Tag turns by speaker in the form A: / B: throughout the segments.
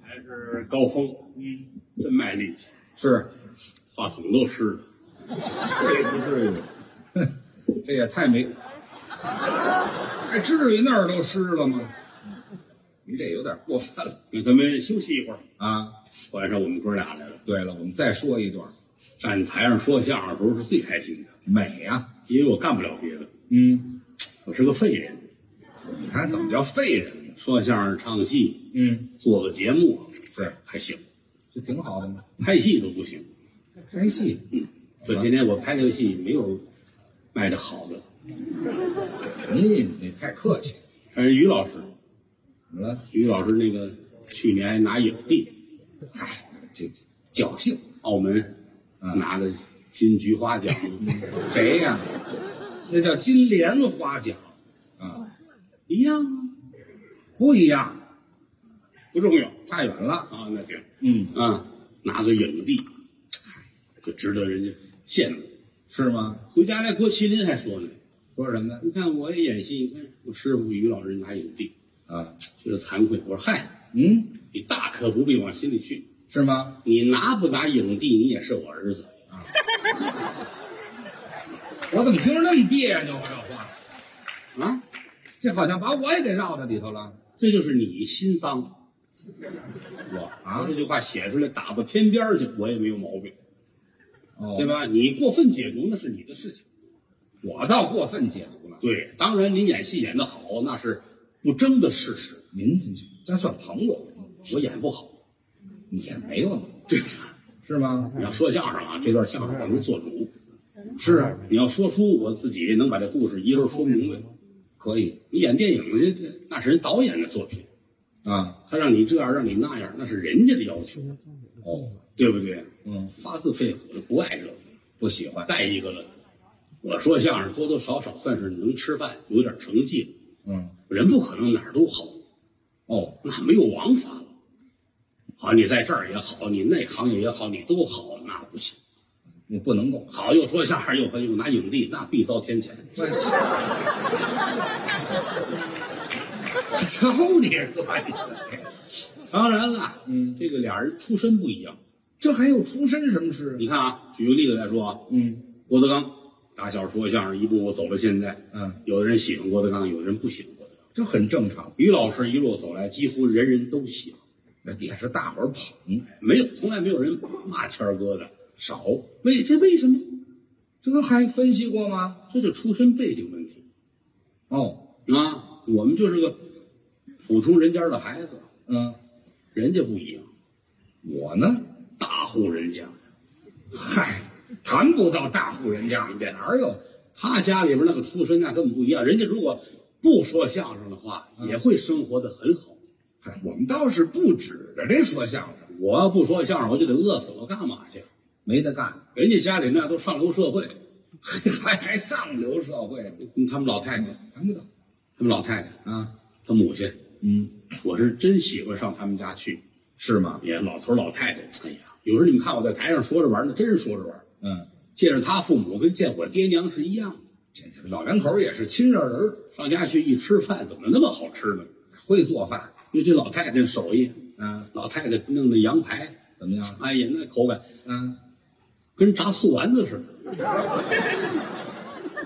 A: 还是高峰，嗯，真卖力气，
B: 是，
A: 话筒都湿了。
B: 这也不至于，哼，这也太没，哎，至于那儿都湿了吗？你这有点过分了
A: 那咱们休息一会儿，
B: 啊！
A: 晚上我们哥俩来了，
B: 对了，我们再说一段，
A: 站台上说相声的时候是最开心的，
B: 美啊呀、
A: 因为我干不了别的，
B: 嗯，
A: 我是个废人，
B: 你看怎么叫废人呢？
A: 说相声、唱戏、
B: 嗯，
A: 做个节目
B: 是，
A: 还行，
B: 这挺好的嘛，
A: 拍戏都不行。
B: 拍戏，
A: 这些年我拍那个戏没有卖的好的，
B: 您你太客气了，
A: 但是于老师，
B: 怎么了？
A: 于老师那个去年还拿影帝，
B: 嗨，这侥幸，
A: 澳门
B: 嗯
A: 拿的金菊花 奖，
B: 谁呀、那叫金莲花奖，
A: 一样啊，
B: 不一样，
A: 不重要
B: 差远了。
A: 啊。那行，
B: 嗯，
A: 啊，拿个影帝，就值得人家羡慕。
B: 是吗？
A: 回家来，郭麒麟还说呢，
B: 说什么呢？
A: 你看我也演戏，你看我师傅于老师拿影帝，
B: 啊，
A: 觉得惭愧。我说嗨，
B: 嗯，
A: 你大可不必往心里去，
B: 是吗？
A: 你拿不拿影帝，你也是我儿子。
B: 我怎么听着那么别扭啊？这话，
A: 啊，
B: 这好像把我也给绕到里头了。
A: 这就是你心脏。我
B: 啊
A: 我这句话写出来打到天边儿去，我也没有毛病，
B: 哦
A: 对吧？你过分解读那是你的事情。
B: 我倒过分解读了。
A: 对，当然您演戏演得好，那是不争的事实。
B: 您进去，这算捧我，
A: 我演不好，
B: 你也没有你，
A: 对吧？
B: 是吗？
A: 你要说相声啊，这段相声我能做主；
B: 是啊，
A: 你要说书，我自己能把这故事一轮说明白。
B: 可以
A: 你演电影去，那是人导演的作品，
B: 啊。
A: 他让你这样，让你那样，那是人家的要求，
B: 哦，
A: 对不对？
B: 嗯，
A: 发自肺腑的不爱这个。
B: 不喜欢。
A: 再一个了，我说相声多多少少算是能吃饭，有点成绩了。
B: 嗯，
A: 人不可能哪儿都好，
B: 哦，
A: 那没有王法了。好，你在这儿也好，你那行业也好，你都好，那不行。
B: 你不能够。
A: 好，又说相声，又又拿影帝，那必遭天谴。
B: 我操！瞧你这，
A: 当然了，
B: 嗯
A: 这个俩人出身不一样。
B: 这还有出身什么事？
A: 你看啊，举个例子来说啊，
B: 嗯，
A: 郭德纲打小说相声，一步步走到现在，
B: 嗯，
A: 有的人喜欢郭德纲，有的人不喜欢郭德纲。
B: 这很正常，
A: 于老师一路走来，几乎人人都喜欢，
B: 这也是大伙儿捧，
A: 没有从来没有人骂谦儿哥的少。为这为什么？
B: 这还分析过吗？
A: 这就出身背景问题
B: 哦，
A: 啊！我们就是个普通人家的孩子，
B: 嗯，
A: 人家不一样，
B: 我呢，
A: 大户人家。
B: 嗨，谈不到大户人家，这哪儿有？
A: 他家里边那个出身那根本不一样，人家如果不说相声的话，也会生活的很好。
B: 嗨，哎我们倒是不指着这说相声，
A: 我要不说相声，我就得饿死，我干嘛去？
B: 没得干，
A: 人家家里那都上流社会，嗯
B: 嘿还还上流社会呢，
A: 他们老太太，
B: 谈不到
A: 他们老太太，
B: 啊，
A: 他母亲，
B: 嗯，
A: 我是真喜欢上他们家去。
B: 是吗？
A: 也老头老太太，哎呀，有时候你们看我在台上说着玩呢，真是说着玩儿，
B: 嗯，
A: 见着他父母跟见我爹娘是一样的。
B: 这这老两口也是亲热人儿，
A: 上家去一吃饭，怎么那么好吃呢？
B: 会做饭，
A: 因为这老太太手艺，啊
B: 嗯，
A: 老太太弄的羊排，
B: 怎么样？
A: 哎呀，那口感
B: 嗯，
A: 跟炸素丸子似的。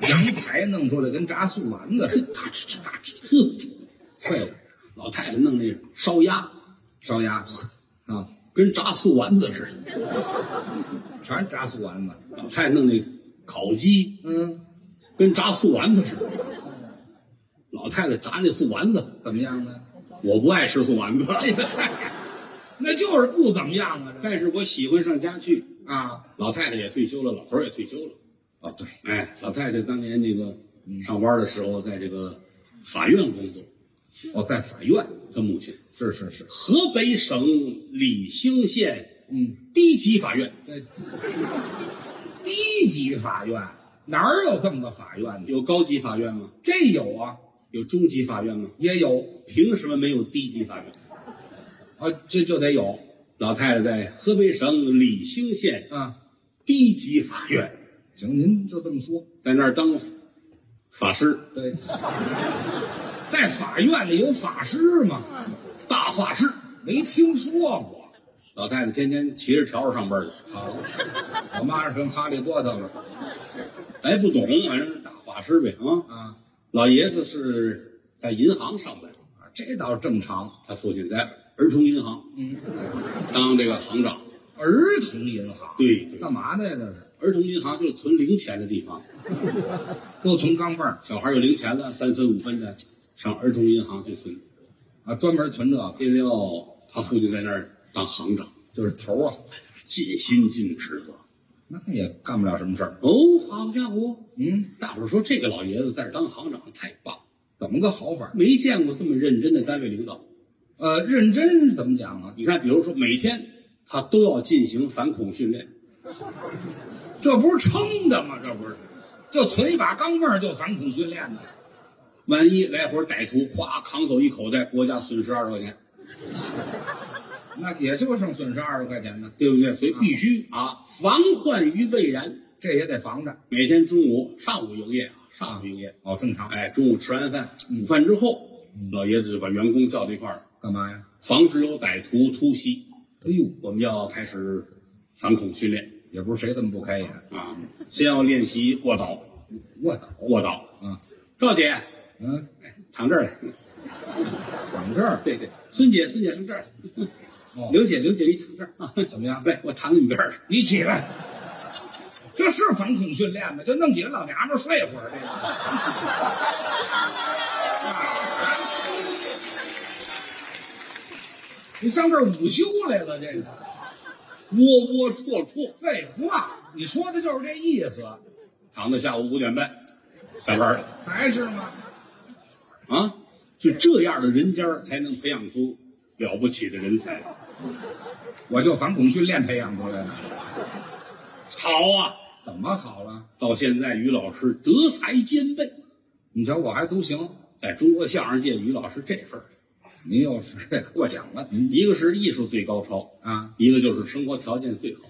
B: 羊排弄出来跟炸素丸子似的，
A: 嘎吱吱嘎吱吱，
B: 脆了。
A: 呃老太太弄那烧鸭，
B: 烧鸭啊，
A: 跟炸素丸子似的；
B: 全是炸素丸子。
A: 老太太弄那烤鸡，
B: 嗯，
A: 跟炸素丸子似的。老太太炸那素丸子，
B: 怎么样呢？
A: 我不爱吃素丸子，
B: 哎呀，那就是不怎么样啊！这
A: 但是我喜欢上家去。
B: 啊，
A: 老太太也退休了，老头儿也退休了。
B: 哦对，
A: 哎，老太太当年那个上班的时候，在这个法院工作，
B: 哦在法院，
A: 她母亲，
B: 是是是，
A: 河北省李兴县
B: 嗯，
A: 低级法院
B: 这低级法院哪儿有这么个法院呢？
A: 有高级法院吗？
B: 这有啊，
A: 有中级法院吗？
B: 也有
A: 凭什么没有低级法院？
B: 啊，这就得有
A: 老太太在河北省李兴县
B: 啊。
A: 低级法院，
B: 行，您就这么说。
A: 在那儿当法师，
B: 对，在法院里有法师吗？
A: 大法师。
B: 没听说过。
A: 老太太天天骑着笤帚上班去，
B: 好，我妈是成哈利波特了
A: 咱哎也不懂，反正是大法师呗啊。
B: 啊！
A: 老爷子是在银行上班，
B: 这倒正常。
A: 他父亲在儿童银行，嗯，当这个行长。
B: 儿童银行
A: 对，对
B: 干嘛的呀？这是
A: 儿童银行就是存零钱的地方，
B: 都存钢镚儿
A: 小孩有零钱了，三分五分的上儿童银行去存。
B: 啊，专门存这个，
A: 因料他父亲在那儿当行长，
B: 就是头啊，
A: 尽心尽职责。
B: 那也干不了什么事儿。
A: 哦，好家伙！
B: 嗯，
A: 大伙儿说这个老爷子在这儿当行长太棒，
B: 怎么个好法？
A: 没见过这么认真的单位领导。
B: 呃，认真怎么讲啊？
A: 你看，比如说每天他都要进行反恐训练，
B: 这不是撑的吗？这不是，就存一把钢镚儿就反恐训练的。
A: 万一来伙歹徒，咵扛走一口袋，国家损失二十块钱，
B: 那也就剩损失二十块钱呢，
A: 对不对？所以必须啊，防患于未然。
B: 这也得防着。
A: 每天中午、上午营业啊，上午营业。
B: 哦，正常。
A: 哎，中午吃完饭，午饭之后，
B: 嗯
A: 老爷子就把员工叫到一块儿，
B: 干嘛呀？
A: 防止有歹徒突袭。
B: 哎呦，
A: 我们要开始反恐训练
B: 也不是谁这么不开眼。
A: 啊，先要练习卧倒，
B: 卧倒，
A: 卧倒。
B: 啊，
A: 赵姐
B: 嗯，
A: 躺这儿来，
B: 躺这儿
A: 对对，孙姐孙姐上这儿来，
B: 哦
A: 刘姐刘姐你躺这儿啊，
B: 怎么样？
A: 来我躺你们这儿来。
B: 你起来，这是反恐训练吗？就弄几个老娘们睡会儿，这个 啊你上这儿午休来了，这个
A: 窝窝戳戳，
B: 废话，你说的就是这意思，
A: 躺到下午五点半，下班了
B: 还是吗？
A: 啊！就这样的人家儿才能培养出了不起的人才。
B: 我就反恐训练培养出来的，
A: 好啊！
B: 怎么好了？
A: 到现在，于老师德才兼备，
B: 你瞧我还都行，
A: 在中国相声界，于老师这份儿，
B: 您又是过奖了，您
A: 一个是艺术最高超，
B: 啊，
A: 一个就是生活条件最好。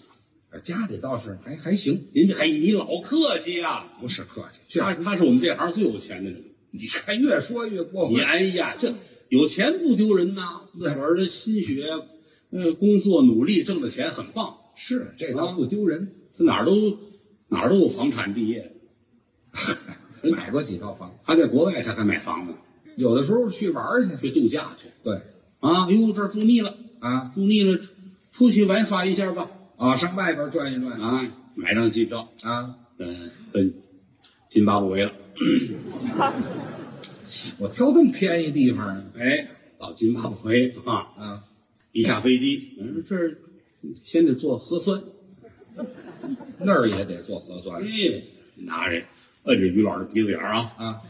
B: 家里倒是还还行，
A: 您这，哎，你老客气呀、
B: 不是客气，确
A: 他
B: 实，
A: 他是我们这行最有钱的人。
B: 啊你看越说越过
A: 你
B: 分，
A: 哎呀，这有钱不丢人呐，自个儿的心血，呃，工作努力挣的钱很棒，
B: 是这倒不丢人。
A: 他哪儿都哪儿都有房产地业。
B: 买过几套房，
A: 他在国外他还买房呢，
B: 有的时候去玩儿去。
A: 去度假去
B: 对，
A: 啊！哎呦，这儿住腻了，
B: 啊
A: 住腻了，出去玩耍一下吧。
B: 啊，上外边转一转
A: 啊，买张机票，
B: 啊！
A: 嗯，奔津巴布韦了。
B: 我挑这么便宜地方呢
A: 哎，到津巴布韦啊，
B: 啊，
A: 一下飞机，嗯，这儿先得做核酸。
B: 那儿也得做核酸
A: 哎，拿着摁着于老师鼻子眼儿啊，
B: 啊。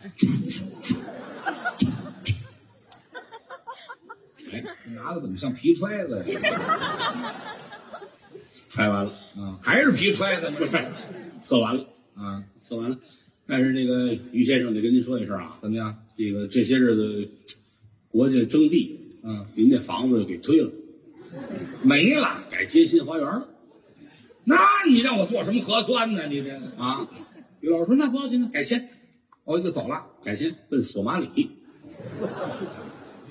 A: 哎，
B: 拿的怎么像皮揣子似的
A: 揣完了，
B: 啊
A: 还是皮揣子，不是， 测完了，
B: 啊？
A: 测完了。但是这个于先生得跟您说一声啊，
B: 怎么样？
A: 这个这些日子国家征地，
B: 嗯，
A: 您那房子给推了，
B: 没了。
A: 改街心花园了
B: 那你让我做什么核酸呢？你这个
A: 啊。于老师说那不要紧的，改签，
B: 哦，就走了，
A: 改签奔索马里，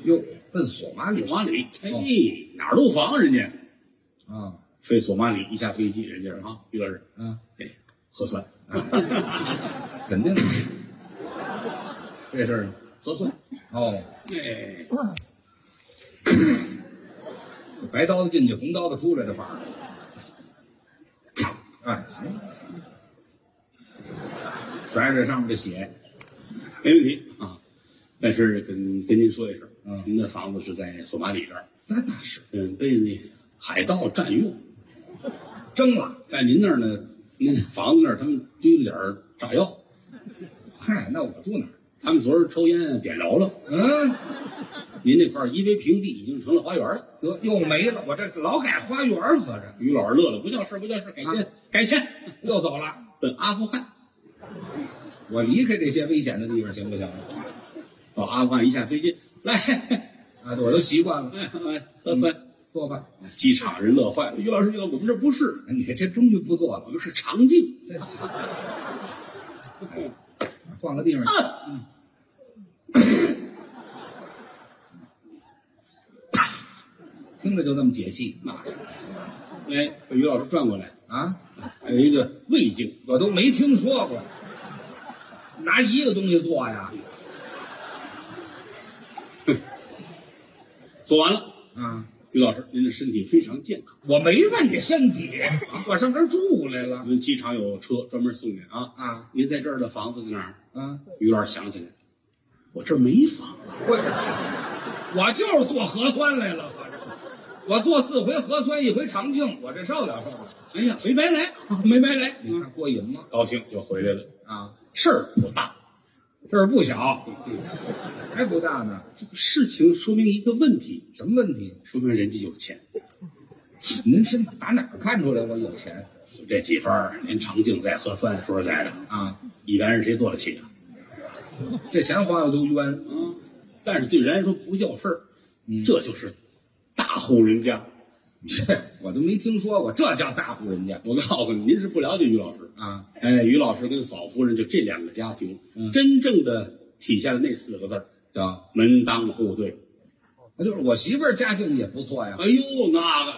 B: 哟，奔索马里
A: 索马里，
B: 哦
A: 哎，哪儿都有房人家。
B: 啊
A: 飞索马里一下飞机，人家说啊，于老师，
B: 啊，
A: 哎，核酸，
B: 嗯肯定的。这事儿
A: 核酸，
B: 哦，
A: 哎，
B: 白刀子进去，红刀子出来的法儿。哎，行，甩甩上面的血，
A: 没问题啊。但是跟跟您说一声，
B: 嗯
A: 您的房子是在索马里这儿，
B: 那那是
A: 嗯，被那海盗占用，
B: 蒸了。
A: 在您那儿呢，您房子那儿他们堆了点儿炸药，
B: 嗨，那我住哪儿？
A: 他们昨儿抽烟点着了，
B: 嗯，
A: 您那块儿因为平地已经成了花园了。
B: 得又没了，我这老改花园儿合着
A: 于老师乐了，不叫事儿不叫事儿，改签、
B: 啊
A: 改签，
B: 又走了。
A: 奔阿富汗，
B: 我离开这些危险的地方行不行？
A: 到阿富汗一下飞机，来，哎
B: 啊，我都习惯了，
A: 哎，核酸。
B: 坐吧。
A: 机场人乐坏了，于老师觉得我们这不是，
B: 哎你看这终于不坐
A: 我
B: 了，
A: 们是长镜。
B: 这哎换个地方去。
A: 啊
B: 听着就这么解气，那是
A: 哎，把于老师转过来，
B: 啊，
A: 还有一个胃镜，
B: 我都没听说过，拿一个东西做呀，
A: 做完了。
B: 啊，
A: 于老师，您的身体非常健康。
B: 我没问你身体，我上这儿住来
A: 我
B: 了
A: 们机场有车专门送您啊。
B: 啊
A: 您在这儿的房子在哪儿？
B: 啊，
A: 于老师想起来，我这儿没房。
B: 我我就是做核酸来了，我这我做四回核酸，一回肠镜，我这受得了受不了？
A: 哎呀，没白来，没白来。
B: 你看过瘾吗？
A: 高兴就回来了，
B: 啊，
A: 事儿不大。
B: 事儿不小，还不大呢，
A: 这个事情说明一个问题，
B: 什么问题？
A: 说明人家有钱。
B: 您是打哪儿看出来我有钱
A: 就这几分儿，您肠镜再核酸，说实在的，
B: 啊？
A: 一般人谁做得起啊？
B: 这钱花的都冤，
A: 嗯，但是对人来说不叫事儿，
B: 嗯
A: 这就是大户人 家。
B: 这我都没听说过，这叫大户人家
A: 我告诉你，您是不了解于老师。
B: 啊！嗯
A: 哎，于老师跟嫂夫人就这两个家庭，真正的体现了那四个字儿
B: 叫
A: 门当户对。
B: 那就是我媳妇儿家境也不错呀
A: 哎呦，那个，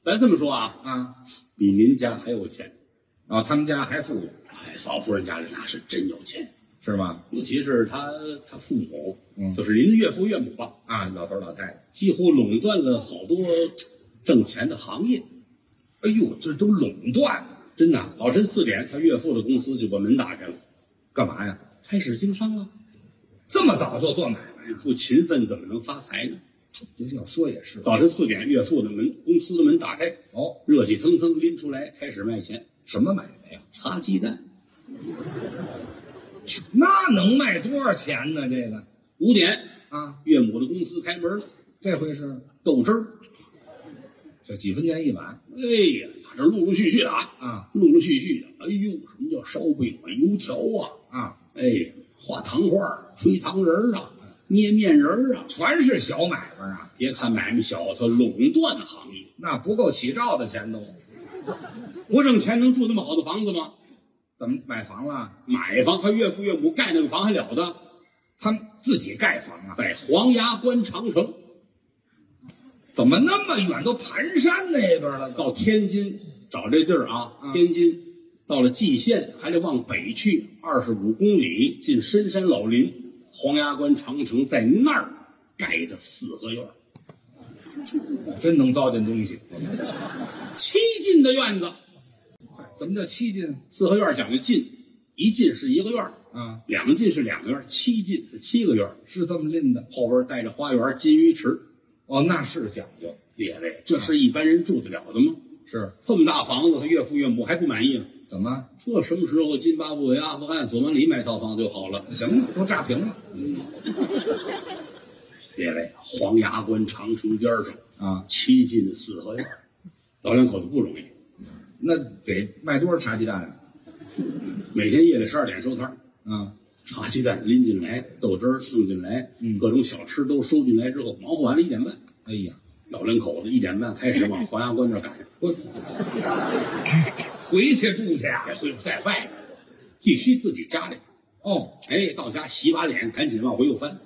A: 咱这么说啊，
B: 啊，
A: 比您家还有钱。
B: 然后他们家还富裕，
A: 哎，嫂夫人家里那是真有钱，
B: 是吧？
A: 尤其是他他父母，
B: 嗯
A: 就是您的岳父岳母吧，
B: 啊，老头老太太，
A: 几乎垄断了好多挣钱的行业。
B: 哎呦，这都垄断了，
A: 真的，早晨四点，他岳父的公司就把门打开了，
B: 干嘛呀？
A: 开始经商了。
B: 这么早就做买卖？
A: 不勤奋怎么能发财呢？
B: 这要说也是
A: 早晨四点，岳父的门公司的门打开，
B: 哦，
A: 热气腾腾拎出来，开始卖钱，
B: 什么买卖呀？
A: 茶鸡蛋。
B: 那能卖多少钱呢？这个
A: 五点，
B: 啊，
A: 岳母的公司开门，
B: 这回是
A: 豆汁儿。
B: 这几分钱一碗
A: 哎呀，打这陆陆续续的啊，
B: 啊
A: 陆陆续续的。哎呦，什么叫烧饼啊，油条啊，
B: 啊，
A: 哎，画糖画儿、吹糖人儿啊，捏面人儿啊。
B: 全是小买卖啊，
A: 别看买卖小，它垄断行业，
B: 那不够起照的钱都，
A: 不挣钱能住那么好的房子吗？
B: 怎么买房了？
A: 买房，他岳父岳母盖那个房还了得？
B: 他们自己盖房啊？
A: 在黄崖关长城
B: 怎么那么远都盘山那边了都？
A: 到天津找这地儿啊，
B: 嗯
A: 天津到了蓟县还得往北去二十五公里进深山老林，黄崖关长城在那儿盖的四合院，
B: 真能糟践东西，
A: 七进的院子，
B: 怎么叫七进
A: 四合院讲究进，一进是一个院儿
B: 啊？
A: 两进是两个院儿，七进是七个院儿，
B: 是这么拎的
A: 后边带着花园、金鱼池。
B: 哦，那是讲究，
A: 列位，这是一般人住得了的吗？
B: 是
A: 这么大房子，他岳父岳母还不满意呢。
B: 怎么
A: 这什么时候津巴布韦、阿富汗、索马里买套房就好了？
B: 行了，都炸平了
A: 列位，黄崖关长城边上，
B: 啊？
A: 七进四合院，老两口子不容易，
B: 那得卖多少茶鸡蛋啊？
A: 每天夜里十二点收摊儿，
B: 啊，
A: 茶鸡蛋拎进来，豆汁儿送进来，
B: 嗯
A: 各种小吃都收进来之后，忙活完了一点半，
B: 哎呀，
A: 老两口子一点半开始往黄崖关这儿赶，
B: 我回去住去啊
A: 还？会在外边，必须自己家里。
B: 哦，
A: 哎，到家洗把脸，赶紧往回又翻，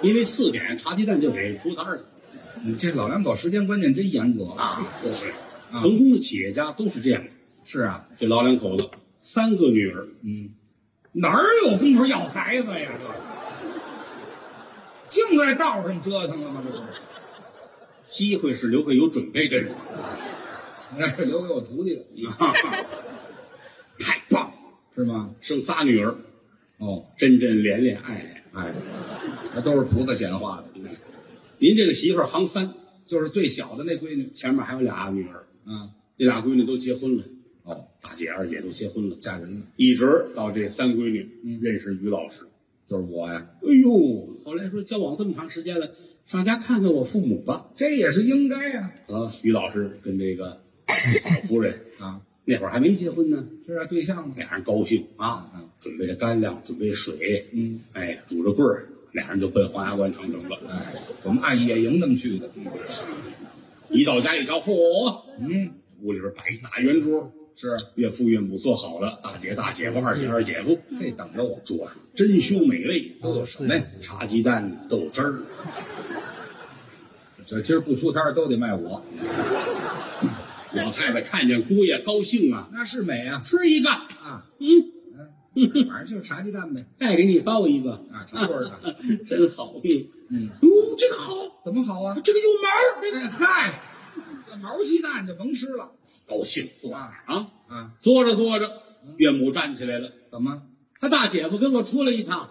A: 因为四点茶鸡蛋就得出摊儿了。
B: 你这老两口时间观念真严格啊！
A: 啊，做不了。成功的企业家都是这样的，
B: 是啊，
A: 这老两口子三个女儿，
B: 哪儿有功夫要孩子呀？这净在道上折腾了吗？这不
A: 机会是留给有准备的人。
B: 是，哎留给我徒弟了，
A: 太棒了，
B: 是吗？
A: 生仨女儿，
B: 哦，
A: 真真恋恋爱爱。
B: 哎，那都是菩萨显化的，
A: 您这个媳妇儿行三，
B: 就是最小的那闺女
A: 前面还有俩女儿，
B: 啊，
A: 那俩闺女都结婚了，
B: 哦，
A: 大姐二姐都结婚了，
B: 嫁人了，
A: 一直到这三闺女认识于老师。
B: 就是我呀，
A: 嗯哎呦，后来说交往这么长时间了，上家看看我父母吧。
B: 这也是应该呀、
A: 啊，于老师跟这个嫂夫人
B: 啊，
A: 那会儿还没结婚呢，
B: 是啊，对象嘛，
A: 俩人高兴啊
B: 嗯，
A: 准备着干粮，准备水，
B: 嗯，
A: 哎，拄着棍儿，俩人就奔黄崖关长城了。
B: 哎，我们按野营那么去的，
A: 一到家一瞧，嚯，
B: 嗯，
A: 屋里边摆一大圆桌，
B: 是，
A: 岳父岳母做好了，大姐大姐夫，二姐二姐夫，
B: 这等着我，
A: 桌上珍馐美味，
B: 都有什么呀？
A: 茶鸡蛋、豆汁儿，
B: 这今儿不出摊儿都得卖我，
A: 老太太看见姑爷高兴啊，
B: 那是美啊
A: 吃一个，
B: 啊！
A: 嗯，
B: 反正就是茶鸡蛋呗。
A: 再给你包一个
B: 啊成对儿的，
A: 真好，嗯
B: 嗯，
A: 哟，这个好，
B: 怎么好啊？
A: 这个有毛儿，这个
B: 哎嗨，这毛鸡蛋就甭吃了
A: 高兴坐那儿啊，
B: 啊？
A: 坐着坐着，岳母站起来了，
B: 怎么
A: 他大姐夫跟我出来一趟，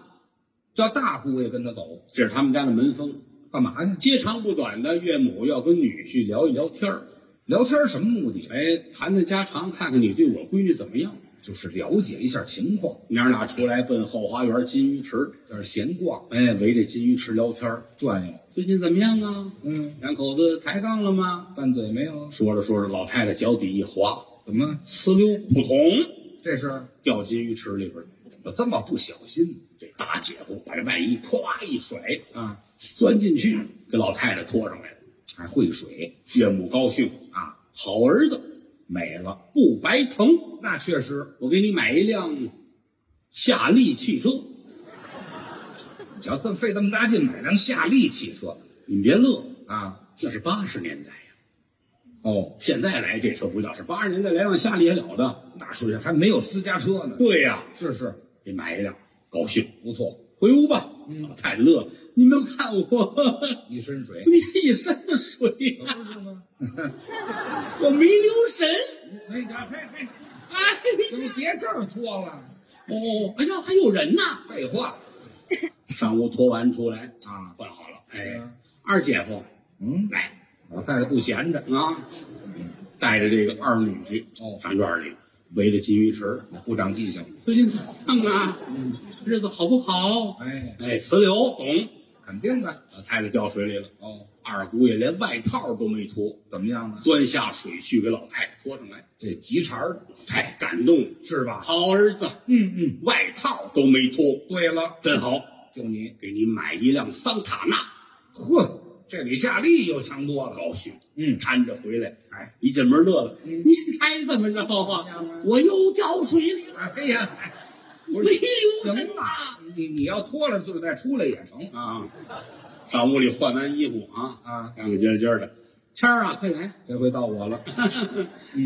B: 叫大姑爷跟他走？
A: 这是他们家的门风，
B: 干嘛去？
A: 接长不短的，岳母要跟女婿聊一聊天儿，
B: 聊天什么目的？
A: 哎，谈谈家常，看看你对我闺女怎么样。
B: 就是了解一下情况，
A: 娘俩出来奔后花园金鱼池，
B: 在这闲逛
A: 哎，围着金鱼池聊天儿
B: 转悠。
A: 最近怎么样啊？
B: 嗯，
A: 两口子抬杠了吗？
B: 拌嘴没有？
A: 说着说着，老太太脚底一滑，
B: 怎么？
A: 呲溜，扑通
B: 这是
A: 掉金鱼池里边了。
B: 怎么这么不小心
A: 这大姐夫把这外衣咵一甩，
B: 啊？
A: 钻进去，给老太太拖上来了。
B: 还会水
A: 岳母高兴，
B: 啊？
A: 好儿子
B: 美了，
A: 不白疼，
B: 那确实。
A: 我给你买一辆夏利汽车。
B: 你要这么费这么大劲买辆夏利汽车
A: 你们别乐，
B: 啊？
A: 那是八十年代呀、
B: 哦，
A: 现在来这车不要，是八十年代来往夏利也了得。
B: 那属于还没有私家车呢。
A: 对呀、
B: 是是，
A: 给买一辆，高兴。
B: 不错，
A: 回屋吧，嗯老太太乐了，你没有看我，
B: 一身水，
A: 你一身的水呀、
B: 不是吗？
A: 我没留神。
B: 哎呀，嘿嘿，
A: 哎
B: 怎么别这儿脱了？
A: 哦，哎呀，还有人呢！
B: 废话，
A: 上屋拖完出来
B: 啊
A: 换好了。
B: 对
A: 哎
B: 啊，
A: 二姐夫，
B: 嗯，
A: 来
B: 老太太不闲着，
A: 啊，带着这个二女婿
B: 哦
A: 上院里围着金鱼池，
B: 不长记性，
A: 最近怎么样啊？
B: 嗯
A: 日子好不好？
B: 哎，
A: 哎，磁流懂，
B: 肯定的。
A: 老太太掉水里了。
B: 哦，
A: 二姑爷连外套都没脱，
B: 怎么样呢？
A: 钻下水去给老太太拖上来，
B: 这急茬儿的
A: 太感动了。
B: 是吧？
A: 好儿子，
B: 嗯嗯，
A: 外套都没脱，
B: 对了，
A: 真好，
B: 就你，
A: 给你买一辆桑塔纳，
B: 呵，这比夏利又强多了。
A: 高兴。
B: 嗯，
A: 搀着回来，
B: 哎
A: 一进门乐了，
B: 嗯
A: 你猜怎么着啊？我又掉水里了，
B: 哎呀，
A: 没留
B: 行
A: 神啊！
B: 你你要脱了就再出来也成
A: 啊，上屋里换完衣服啊，
B: 啊。
A: 干干净净的。谦儿啊，快来，
B: 这回到我了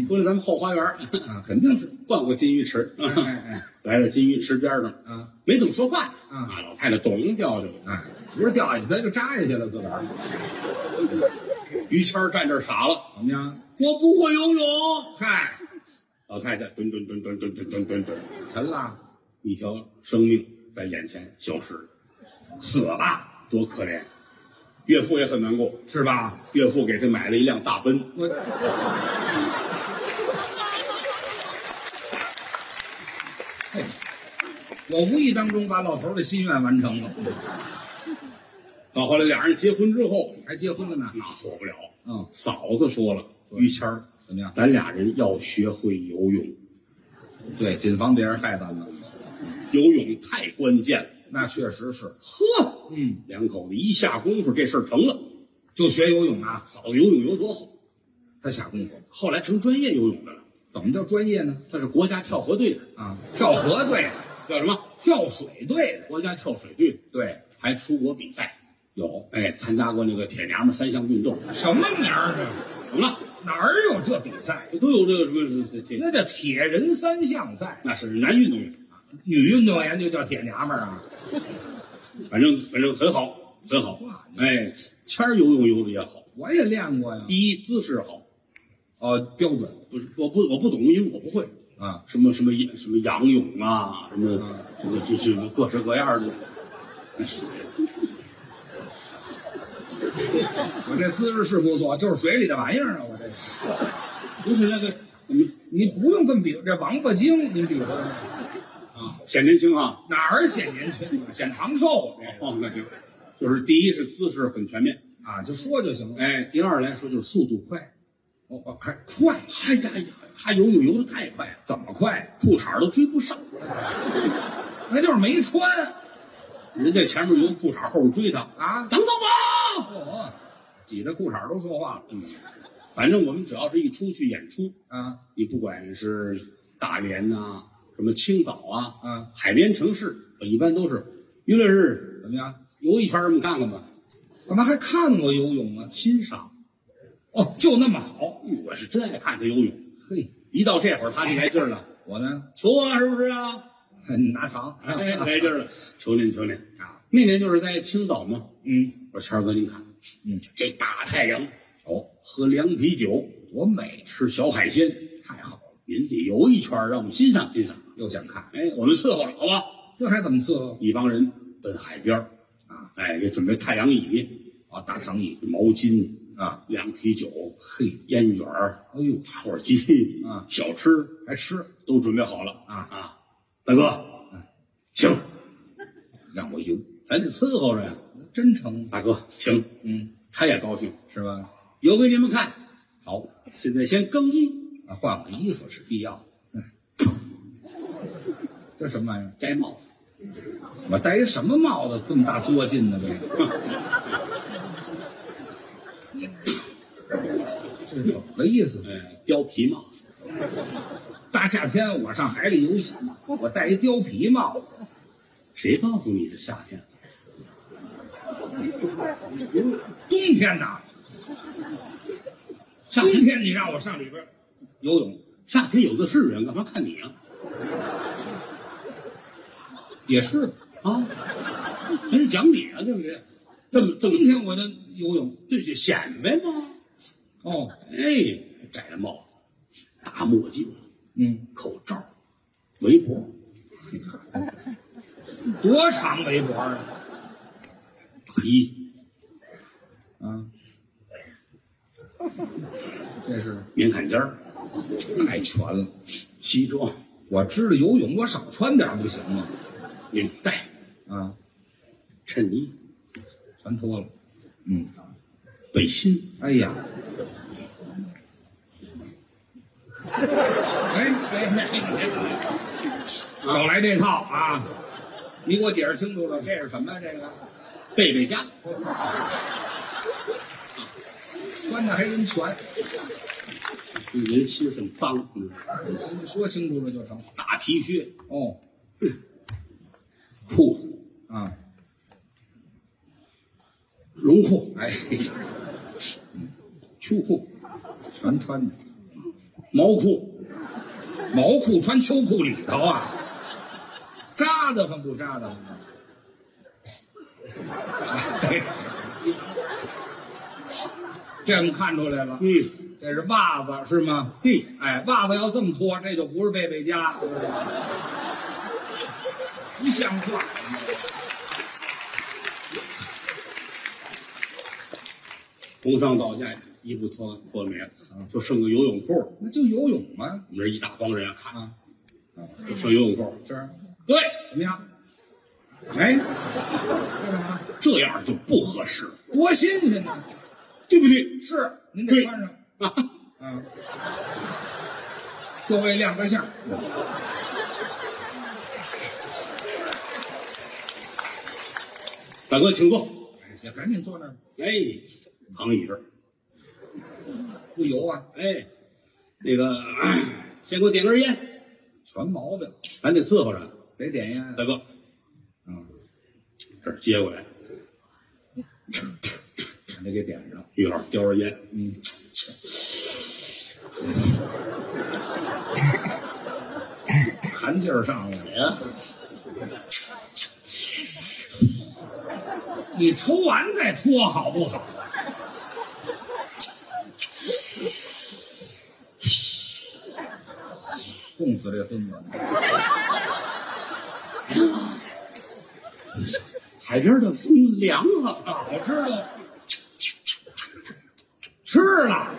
A: 回来咱们后花园
B: 嗯啊，肯定是。
A: 逛过金鱼池，
B: 哎哎
A: 来到金鱼池边上，
B: 哎啊
A: 没怎么说话
B: 嗯
A: 啊，老太太咚掉下去了。
B: 啊，不是掉下去，咱就扎下去了，自个儿
A: 于谦儿站这儿傻了，
B: 怎么样？
A: 我不会游泳。
B: 嗨，
A: 老太太蹲蹲蹲蹲蹲蹲蹲蹲蹲，
B: 沉了，
A: 一条生命在眼前消失了，
B: 死了
A: 多可怜！啊岳父也很难过，
B: 是吧？
A: 岳父给他买了一辆大奔，
B: 我嘿哎我无意当中把老头儿的心愿完成了，
A: 到后来俩人结婚之后，
B: 还结婚了呢。
A: 那错不了。
B: 嗯
A: 嫂子说了，于谦儿，
B: 怎么样？
A: 咱俩人要学会游泳，
B: 对，谨防别人害咱们。
A: 游泳太关键了。
B: 那确实是，
A: 呵，
B: 嗯，
A: 两口子一下功夫，这事儿成了。
B: 就学游泳啊，
A: 嫂子游泳游多好，
B: 他下功夫。
A: 后来成专业游泳的了，
B: 怎么叫专业呢？
A: 她是国家跳河队的，
B: 啊，跳河队的、
A: 叫什么？
B: 跳水队的，
A: 国家跳水队的，
B: 对，
A: 还出国比赛。
B: 有
A: 哎，参加过那个铁娘们三项运动，
B: 什么名儿呢？
A: 怎么了？
B: 哪儿有这比赛？
A: 都有这个什么这这，
B: 那叫铁人三项赛，
A: 那是男运动员，
B: 女运动员就叫铁娘们儿啊。
A: 反正反正很好，很好。哎，谦儿游泳游的也好，
B: 我也练过呀。
A: 第一姿势好，
B: 哦，标准
A: 不是我不我不懂，因为我不会
B: 啊，
A: 什么什么什么仰泳啊，什么什么这这各式各样的。哎
B: 我这姿势是不错，就是水里的玩意儿啊。我这
A: 不是那个怎么
B: 你不用这么比，这王八精你比划着
A: 啊？显年轻啊？
B: 哪儿显年轻啊，显长寿啊
A: 哦，那行，就是第一是姿势很全面，
B: 这啊，就说就行了。
A: 哎，第二来说就是速度快。
B: 哦，哦还快，
A: 哎呀呀，他游泳游的太快了，
B: 怎么快？
A: 裤衩儿都追不上。
B: 那就是没穿。
A: 人家前面游裤衩，后边追他
B: 啊
A: 等等我！
B: 哦，挤得裤衩都说话了
A: 嗯，反正我们只要是一出去演出，
B: 啊！
A: 你不管是大连呐、什么青岛啊，
B: 嗯
A: 海边城市，我一般都是娱乐日
B: 怎么样？
A: 游一圈儿，我们看看吧。
B: 干嘛还看我游泳啊？
A: 欣赏。
B: 哦，就那么好。
A: 嗯我是真爱看他游泳，
B: 嘿，
A: 一到这会儿他就来劲儿了，
B: 我呢，
A: 求啊，是不是啊？
B: 拿糖。
A: 哎，来劲儿了，求您，求您
B: 啊！
A: 那年就是在青岛嘛，
B: 嗯，
A: 我说谦儿哥，您看，
B: 嗯，
A: 这大太阳，
B: 哦，
A: 喝凉啤酒，
B: 多美，
A: 吃小海鲜，
B: 太好了，
A: 您得游一圈儿，让我们欣赏欣赏。
B: 又想看，
A: 哎，我们伺候着，好吧？
B: 这还怎么伺候
A: 一帮人奔海边儿
B: 啊？
A: 哎，给准备太阳椅、
B: 啊，大长椅
A: 毛巾、
B: 啊，
A: 凉啤酒、
B: 嘿，
A: 烟卷儿、
B: 哎呦，
A: 打火机、
B: 啊
A: 小吃
B: 还吃，
A: 都准备好了
B: 啊嗯
A: 啊！大哥，请，
B: 让我游，
A: 咱得伺候着呀。
B: 真诚，
A: 大哥，请，
B: 嗯，
A: 他也高兴，
B: 是吧？
A: 游给你们看。
B: 好，
A: 现在先更衣，
B: 啊，换换衣服是必要的。 嗯这什么玩意儿？
A: 摘帽子，
B: 我戴一什么帽子？这么大作劲呢？这个，这 是怎么个意思？
A: 哎，貂皮帽子，
B: 大夏天我上海里游戏，我戴一貂皮帽子，
A: 谁告诉你是夏天？
B: 冬天呐，
A: 夏
B: 冬
A: 天
B: 天你让我上里边游泳
A: 夏天有的是人，干嘛看你啊？
B: 也是，
A: 啊，人家讲理啊，对不对？这么这
B: 冬
A: 么
B: 天我就游泳
A: 对就显摆嘛。
B: 哦，
A: 哎，摘了帽子，大墨镜，
B: 嗯，
A: 口罩，围脖，
B: 多长围脖啊？
A: 大衣，
B: 啊，这是
A: 棉坎肩儿，
B: 太全了。
A: 西装，
B: 我知道游泳，我少穿点儿不行吗？
A: 领带，
B: 啊，
A: 衬衣，
B: 全脱了。
A: 背心，
B: 哎呀，哎哎哎，少来这套啊！你给我解释清楚了，这是什么呀？这个
A: 贝贝佳，
B: 穿的还真全，
A: 人心很脏，嗯
B: 你先说清楚了就成。
A: 大皮靴，
B: 哦，
A: 裤子，
B: 啊，
A: 绒裤，
B: 哎，
A: 秋裤，
B: 全穿的，
A: 毛裤，
B: 毛裤穿秋裤里头啊，扎的很不扎的很。哎这我们看出来了，
A: 嗯，
B: 这是袜子是吗？
A: 对，
B: 哎，袜子要这么脱，这就不是贝贝家，不像话。
A: 从上到下衣服脱脱没了，就剩个游泳裤了。
B: 那就游泳嘛，
A: 我们这一大帮人啊，看
B: 啊，
A: 就剩游泳裤了。
B: 这儿
A: 对，
B: 怎么样？哎，这干嘛？
A: 这样就不合适，
B: 多新鲜呢！
A: 对不对？
B: 是，您得穿上，
A: 啊，
B: 啊，就为亮个相。
A: 大哥，请坐。
B: 哎，行，赶紧坐那儿，
A: 哎，躺椅这儿。
B: 不游啊，
A: 哎，那个，先给我点根烟，
B: 全毛病。
A: 咱得伺候着。
B: 谁点烟？
A: 大哥，
B: 嗯，
A: 这儿接过来，
B: 你得给点上。
A: 于老师叼着烟，
B: 嗯，寒劲儿上来了。
A: 哎呀，
B: 你抽完再脱好不好？冻死这孙子！
A: 海边的风凉啊了，
B: 早知道吃了，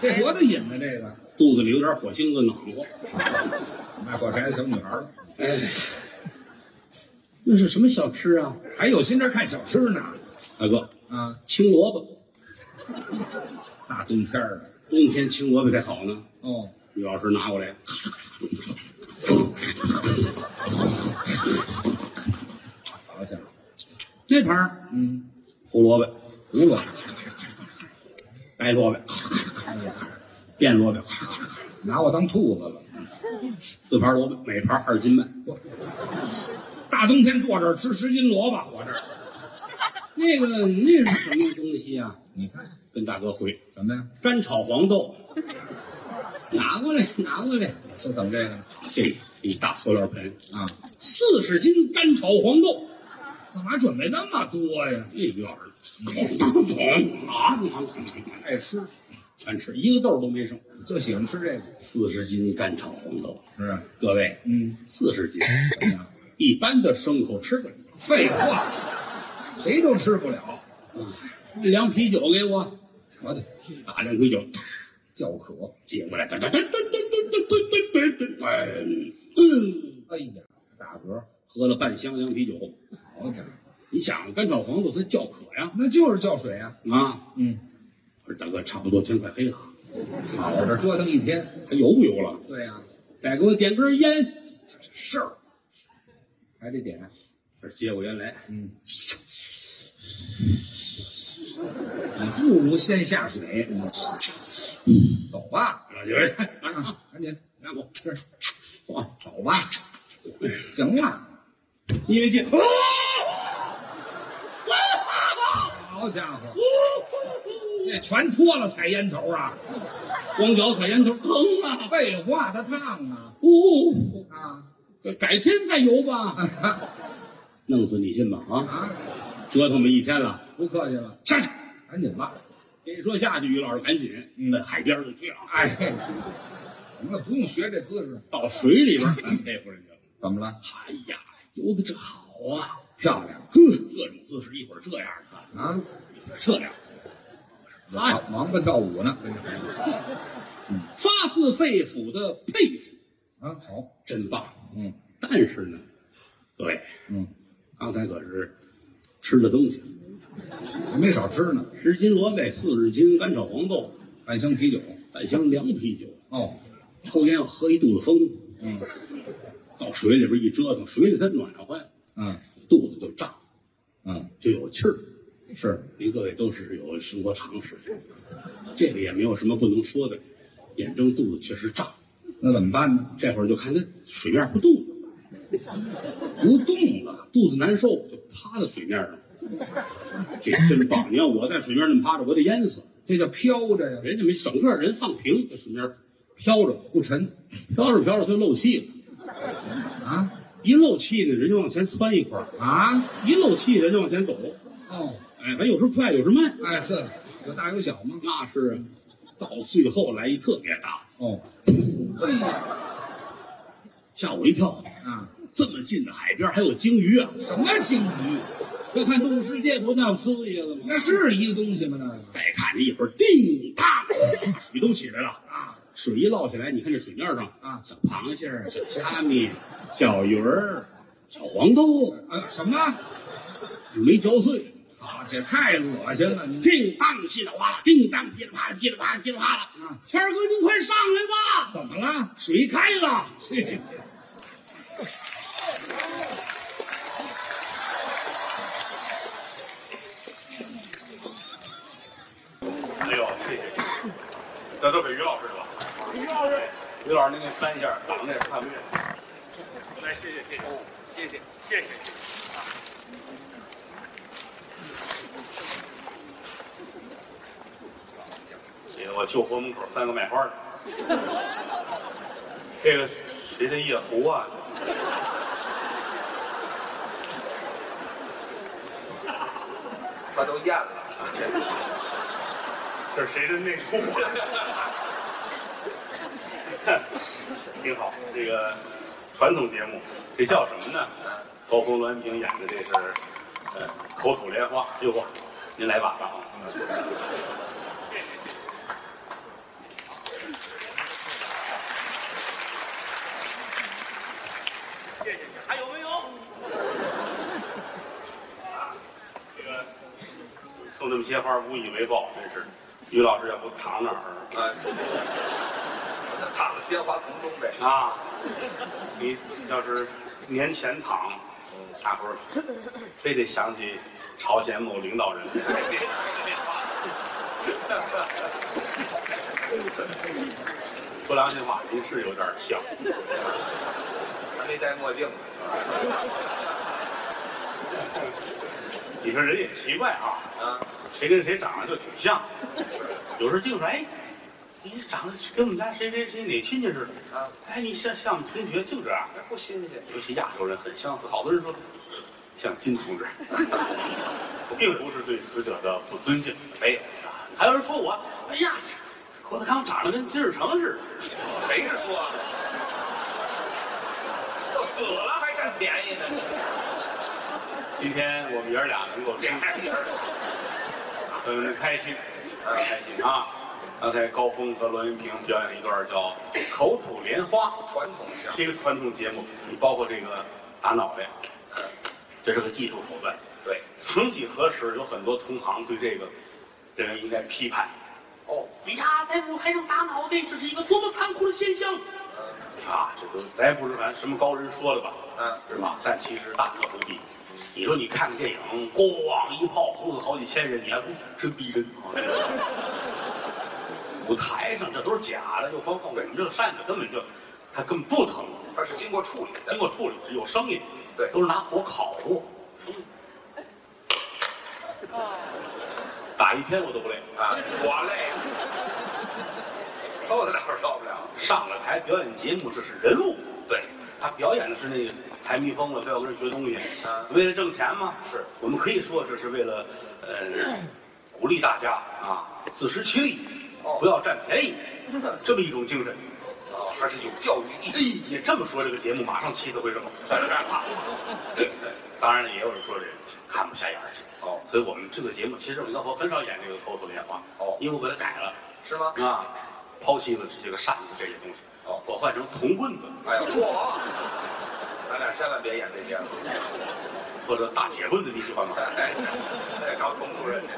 B: 这多大瘾呢？啊这个
A: 肚子里有点火星子，暖和。
B: 卖火柴的小女孩儿
A: 那是什么小吃啊？
B: 还有心这看小吃呢
A: 大哥，
B: 啊！
A: 青萝卜，
B: 大冬天儿的
A: 冬天青萝卜才好呢。
B: 哦，
A: 于老师拿过来，
B: 好家伙，
A: 这盘儿
B: 嗯，
A: 胡萝卜、
B: 胡萝卜，
A: 白萝卜、
B: 哎呀，
A: 变萝卜，
B: 拿我当兔子了。
A: 四盘萝卜，每盘二斤半。
B: 大冬天坐这儿吃十斤萝卜，我这儿
A: 那个那是什么东西啊？
B: 你看
A: 跟大哥回
B: 什么呀？
A: 干炒黄豆，拿过来，拿过来，
B: 就等这个
A: 这一大塑料盆，
B: 啊？
A: 四十斤干炒黄豆，
B: 干嘛准备那么多呀？
A: 这院儿的，
B: 爱吃，
A: 全吃一个豆儿都没剩，
B: 就喜欢吃这个，
A: 四十斤干炒黄豆，
B: 是吧？
A: 各位，
B: 嗯，
A: 四十斤，
B: 怎么样？
A: 一般的牲口吃不了。
B: 废话，谁都吃不了。
A: 两啤酒给我，
B: 我得
A: 打两啤酒，
B: 叫渴。
A: 接过来，噔噔噔噔噔噔噔噔噔噔，哎，嗯，
B: 哎呀，打嗝，
A: 喝了半箱凉啤酒。
B: 好家伙，
A: 你想干炒黄豆，它叫渴呀
B: 那就是叫水啊。
A: 啊！
B: 嗯，
A: 我说大哥，差不多天快黑了啊，
B: 好，我这折腾一天。
A: 还油不油了？
B: 对呀、
A: 再给我点根烟，这事儿。
B: 还得点。
A: 这接过烟来，
B: 你不如先下水。走吧，
A: 啊，有人，拿上啊，
B: 赶紧
A: 拿我，
B: 吃，
A: 哇，
B: 走吧。行了，
A: 因为这，啊
B: 好家伙，这全脱了踩烟头啊！
A: 光脚踩烟头疼啊！
B: 废话，它烫啊
A: 呜、
B: 啊
A: 改天再游吧，
B: 啊
A: 弄死你信吧啊！
B: 啊！
A: 折腾我们一天了，
B: 不客气了，
A: 下去。
B: 赶紧吧。
A: 跟你说下去，于老师赶紧
B: 嗯
A: 奔海边儿就去啊，
B: 哎，行了，不用学这姿势。
A: 到水里边 儿，哎咱佩服人家了。
B: 怎么了？
A: 哎呀，游的这好啊！
B: 漂亮
A: 呵，各种姿势，一会儿这样啊，
B: 啊！
A: 这样，哎，
B: 忙忙着跳舞呢。
A: 发自肺腑的佩服，
B: 啊，好，
A: 真棒。
B: 嗯
A: 但是呢，各位，
B: 嗯，
A: 刚才可是吃了东西，
B: 没少吃呢，
A: 十斤萝卜，四十斤干炒黄豆，
B: 半箱啤酒。
A: 半箱凉啤酒，
B: 哦，
A: 抽烟喝一肚子风，
B: 嗯
A: 到水里边一折腾，水里它暖和，
B: 嗯
A: 肚子就胀，
B: 嗯，
A: 就有气儿。
B: 是
A: 您各位都是有生活常识，这个也没有什么不能说的。眼睁肚子确实胀，
B: 那怎么办呢？
A: 这会儿就看它水面不动了，不动了，肚子难受就趴在水面上。这真棒！你要我在水面那么趴着，我得淹死。
B: 这叫飘着呀，
A: 人家没整个人放平，在水面飘着，
B: 不沉
A: 飘着飘着就漏气了。
B: 啊
A: 一漏气呢，人就往前窜一块儿；
B: 啊！
A: 一漏气，人就往前走。
B: 哦，
A: 哎，反正有时候快，有时候慢。
B: 哎是，有大有小吗？
A: 那是啊，到最后来一特别大的，
B: 哦，
A: 吓我一跳。
B: 啊，
A: 这么近的海边还有鲸鱼啊！
B: 什么鲸鱼？
A: 要看动物世界不那不刺激了吗？
B: 那是一个东西吗？那个
A: 再看这一会儿，叮当，大水都起来了啊！水一淌起来，你看这水面上
B: 啊
A: 小螃蟹、小虾米、小鱼儿、小黄豆，
B: 啊什么？
A: 没嚼碎，
B: 好，这太恶心了！你
A: 叮当噼里哗啦，叮当噼里啪啦，噼里啪啦，噼里啪啦
B: 啊。
A: 谦儿哥，您快上来吧，
B: 怎么了？
A: 水开了。
B: 去，
C: 哎呦，谢谢，那都给于老师了。于老师，于老师您给翻一下，挡那看不见。来，谢谢，谢谢，谢谢，谢谢，谢啊谢。这个我就活门口三个卖花的，这个谁的夜壶啊？
D: 把都咽了。
C: 这是谁的内裤？啊挺好，这个传统节目，这叫什么呢？高峰、栾平演的这是，呃，口吐莲花。哟呵，您来晚了啊！谢谢，还有没有？啊这个送这么些花，无以为报，真是。于老师要不躺那儿
D: 啊，躺在鲜花丛中呗。
C: 啊？你要是年前躺，嗯大伙儿非得想起朝鲜某领导人。说良心话，您是有点像。
D: 还没戴墨镜呢。
C: 你说人也奇怪啊，
D: 啊，
C: 谁跟谁长得就挺像，有时候净说哎，你长得跟我们家谁谁谁哪亲戚似的
D: 啊，
C: 哎，你像像我们同学就这样，
D: 那不新鲜。
C: 尤其亚洲人很相似，好多人说像金同志，并不是对死者的不尊敬，没有，还有人说我，哎呀，郭德纲长得跟金日成似的，
D: 谁说的？就死了还占便宜呢？
C: 今天我们爷儿俩能够这
D: 这
C: 样，
D: 还是
C: 我们开心，啊开心啊！刚才高峰和栾云平表演了一段叫《口吐莲花》。
D: 传统相声。
C: 这个传统节目，包括这个打脑袋，这是个技术手段。
D: 对，
C: 曾几何时，有很多同行对这个认为应该批判。
D: 哦，
C: 哎呀，在舞台上打脑袋，这是一个多么残酷的现象！啊，这都咱也不是咱什么高人说的吧？
D: 嗯，
C: 是吧？但其实大可不必。你说你看个电影，咣一炮轰死好几千人，你还不真逼真啊？舞台上这都是假的，就包括我们这个扇子根本就，它根本不疼。
D: 它是经过处理
C: 经
D: 的。
C: 过处理有声音，
D: 对
C: 都是拿火烤过。打一天我都不累，
D: 啊，我累了，受得了受不了？
C: 上了台表演节目这是人物，对他表演的是那个财迷疯了，非要跟人学东西，
D: 啊
C: 为了挣钱嘛，是我们可以说这是为了呃鼓励大家啊自食其力，
D: 哦
C: 不要占便宜，这么一种精神。
D: 哦，还是有教育意
C: 哎
D: 义。，
C: 你这么说，这个节目马上起死回生。 当然，也有人说这看不下眼儿去。
D: 哦
C: 所以我们这个节目，其实我要我很少演这个口吐莲花。
D: 哦
C: 因为我给它改了
D: 是吗？
C: 啊，抛弃了这个扇子这些东西。
D: 哦
C: 我换成铜棍子
D: 哎呀，嚯！咱俩千万别演这节目，
C: 或者大铁棍子，你喜 欢吗？
D: 哎，哎找同主任去。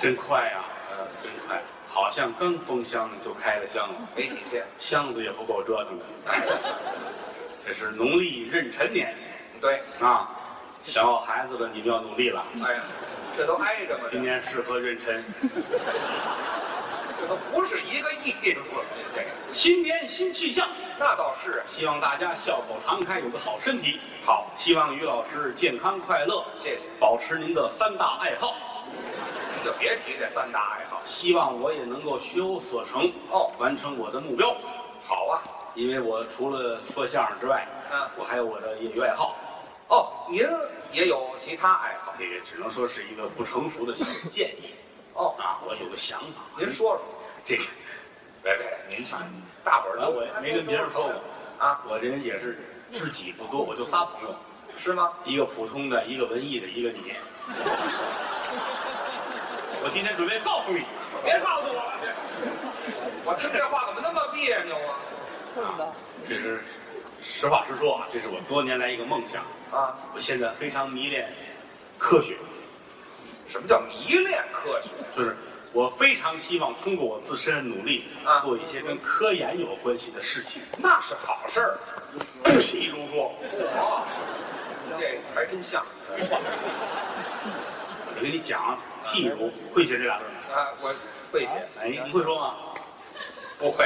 C: 真快呀、
D: 嗯
C: 真快，好像刚封箱就开了箱了，
D: 没几天。
C: 箱子也不够折腾的。这是农历壬辰年
D: 对，
C: 啊，想要孩子的你们要努力了。
D: 哎呀，这都挨着嘛，
C: 今年适合壬辰，
D: 这都不是一个意思。这个
C: 新年新气象，
D: 那倒是啊，
C: 希望大家笑口常开，有个好身体。好，希望于老师健康快乐，
D: 谢谢。
C: 保持您的三大爱好。
D: 你就别提这三大爱好。
C: 希望我也能够学有所成
D: 哦
C: 完成我的目标。
D: 好啊，
C: 因为我除了说相声之外，
D: 嗯
C: 我还有我的业余爱好，
D: 哦，您也有其他爱好
C: 这个只能说是一个不成熟的小建议
D: 哦？
C: 啊。我有个想法，
D: 您说说，
C: 这个，
D: 别别，您瞧，大伙儿
C: 本哎来
D: 都
C: 我也没跟别人说过，
D: 啊，
C: 我这人也是知己不多，我就仨朋友。
D: 是吗？
C: 一个普通的，一个文艺的，一个你。 我今天准备告诉你，
D: 别告诉我了，我听这话怎么那么别扭啊？
C: 这是实话实说啊，这是我多年来一个梦想。
D: 啊，
C: 我现在非常迷恋科学，
D: 什么叫迷恋科学？
C: 就是我非常希望通过我自身的努力
D: 啊，
C: 做一些跟科研有关系的事情。
D: 那是好事儿。
C: 譬如说，
D: 哦，这还真像
C: 我给你讲啊，譬如会写这俩字吗？
D: 啊，我会写，
C: 哎，你会说吗？
D: 不会。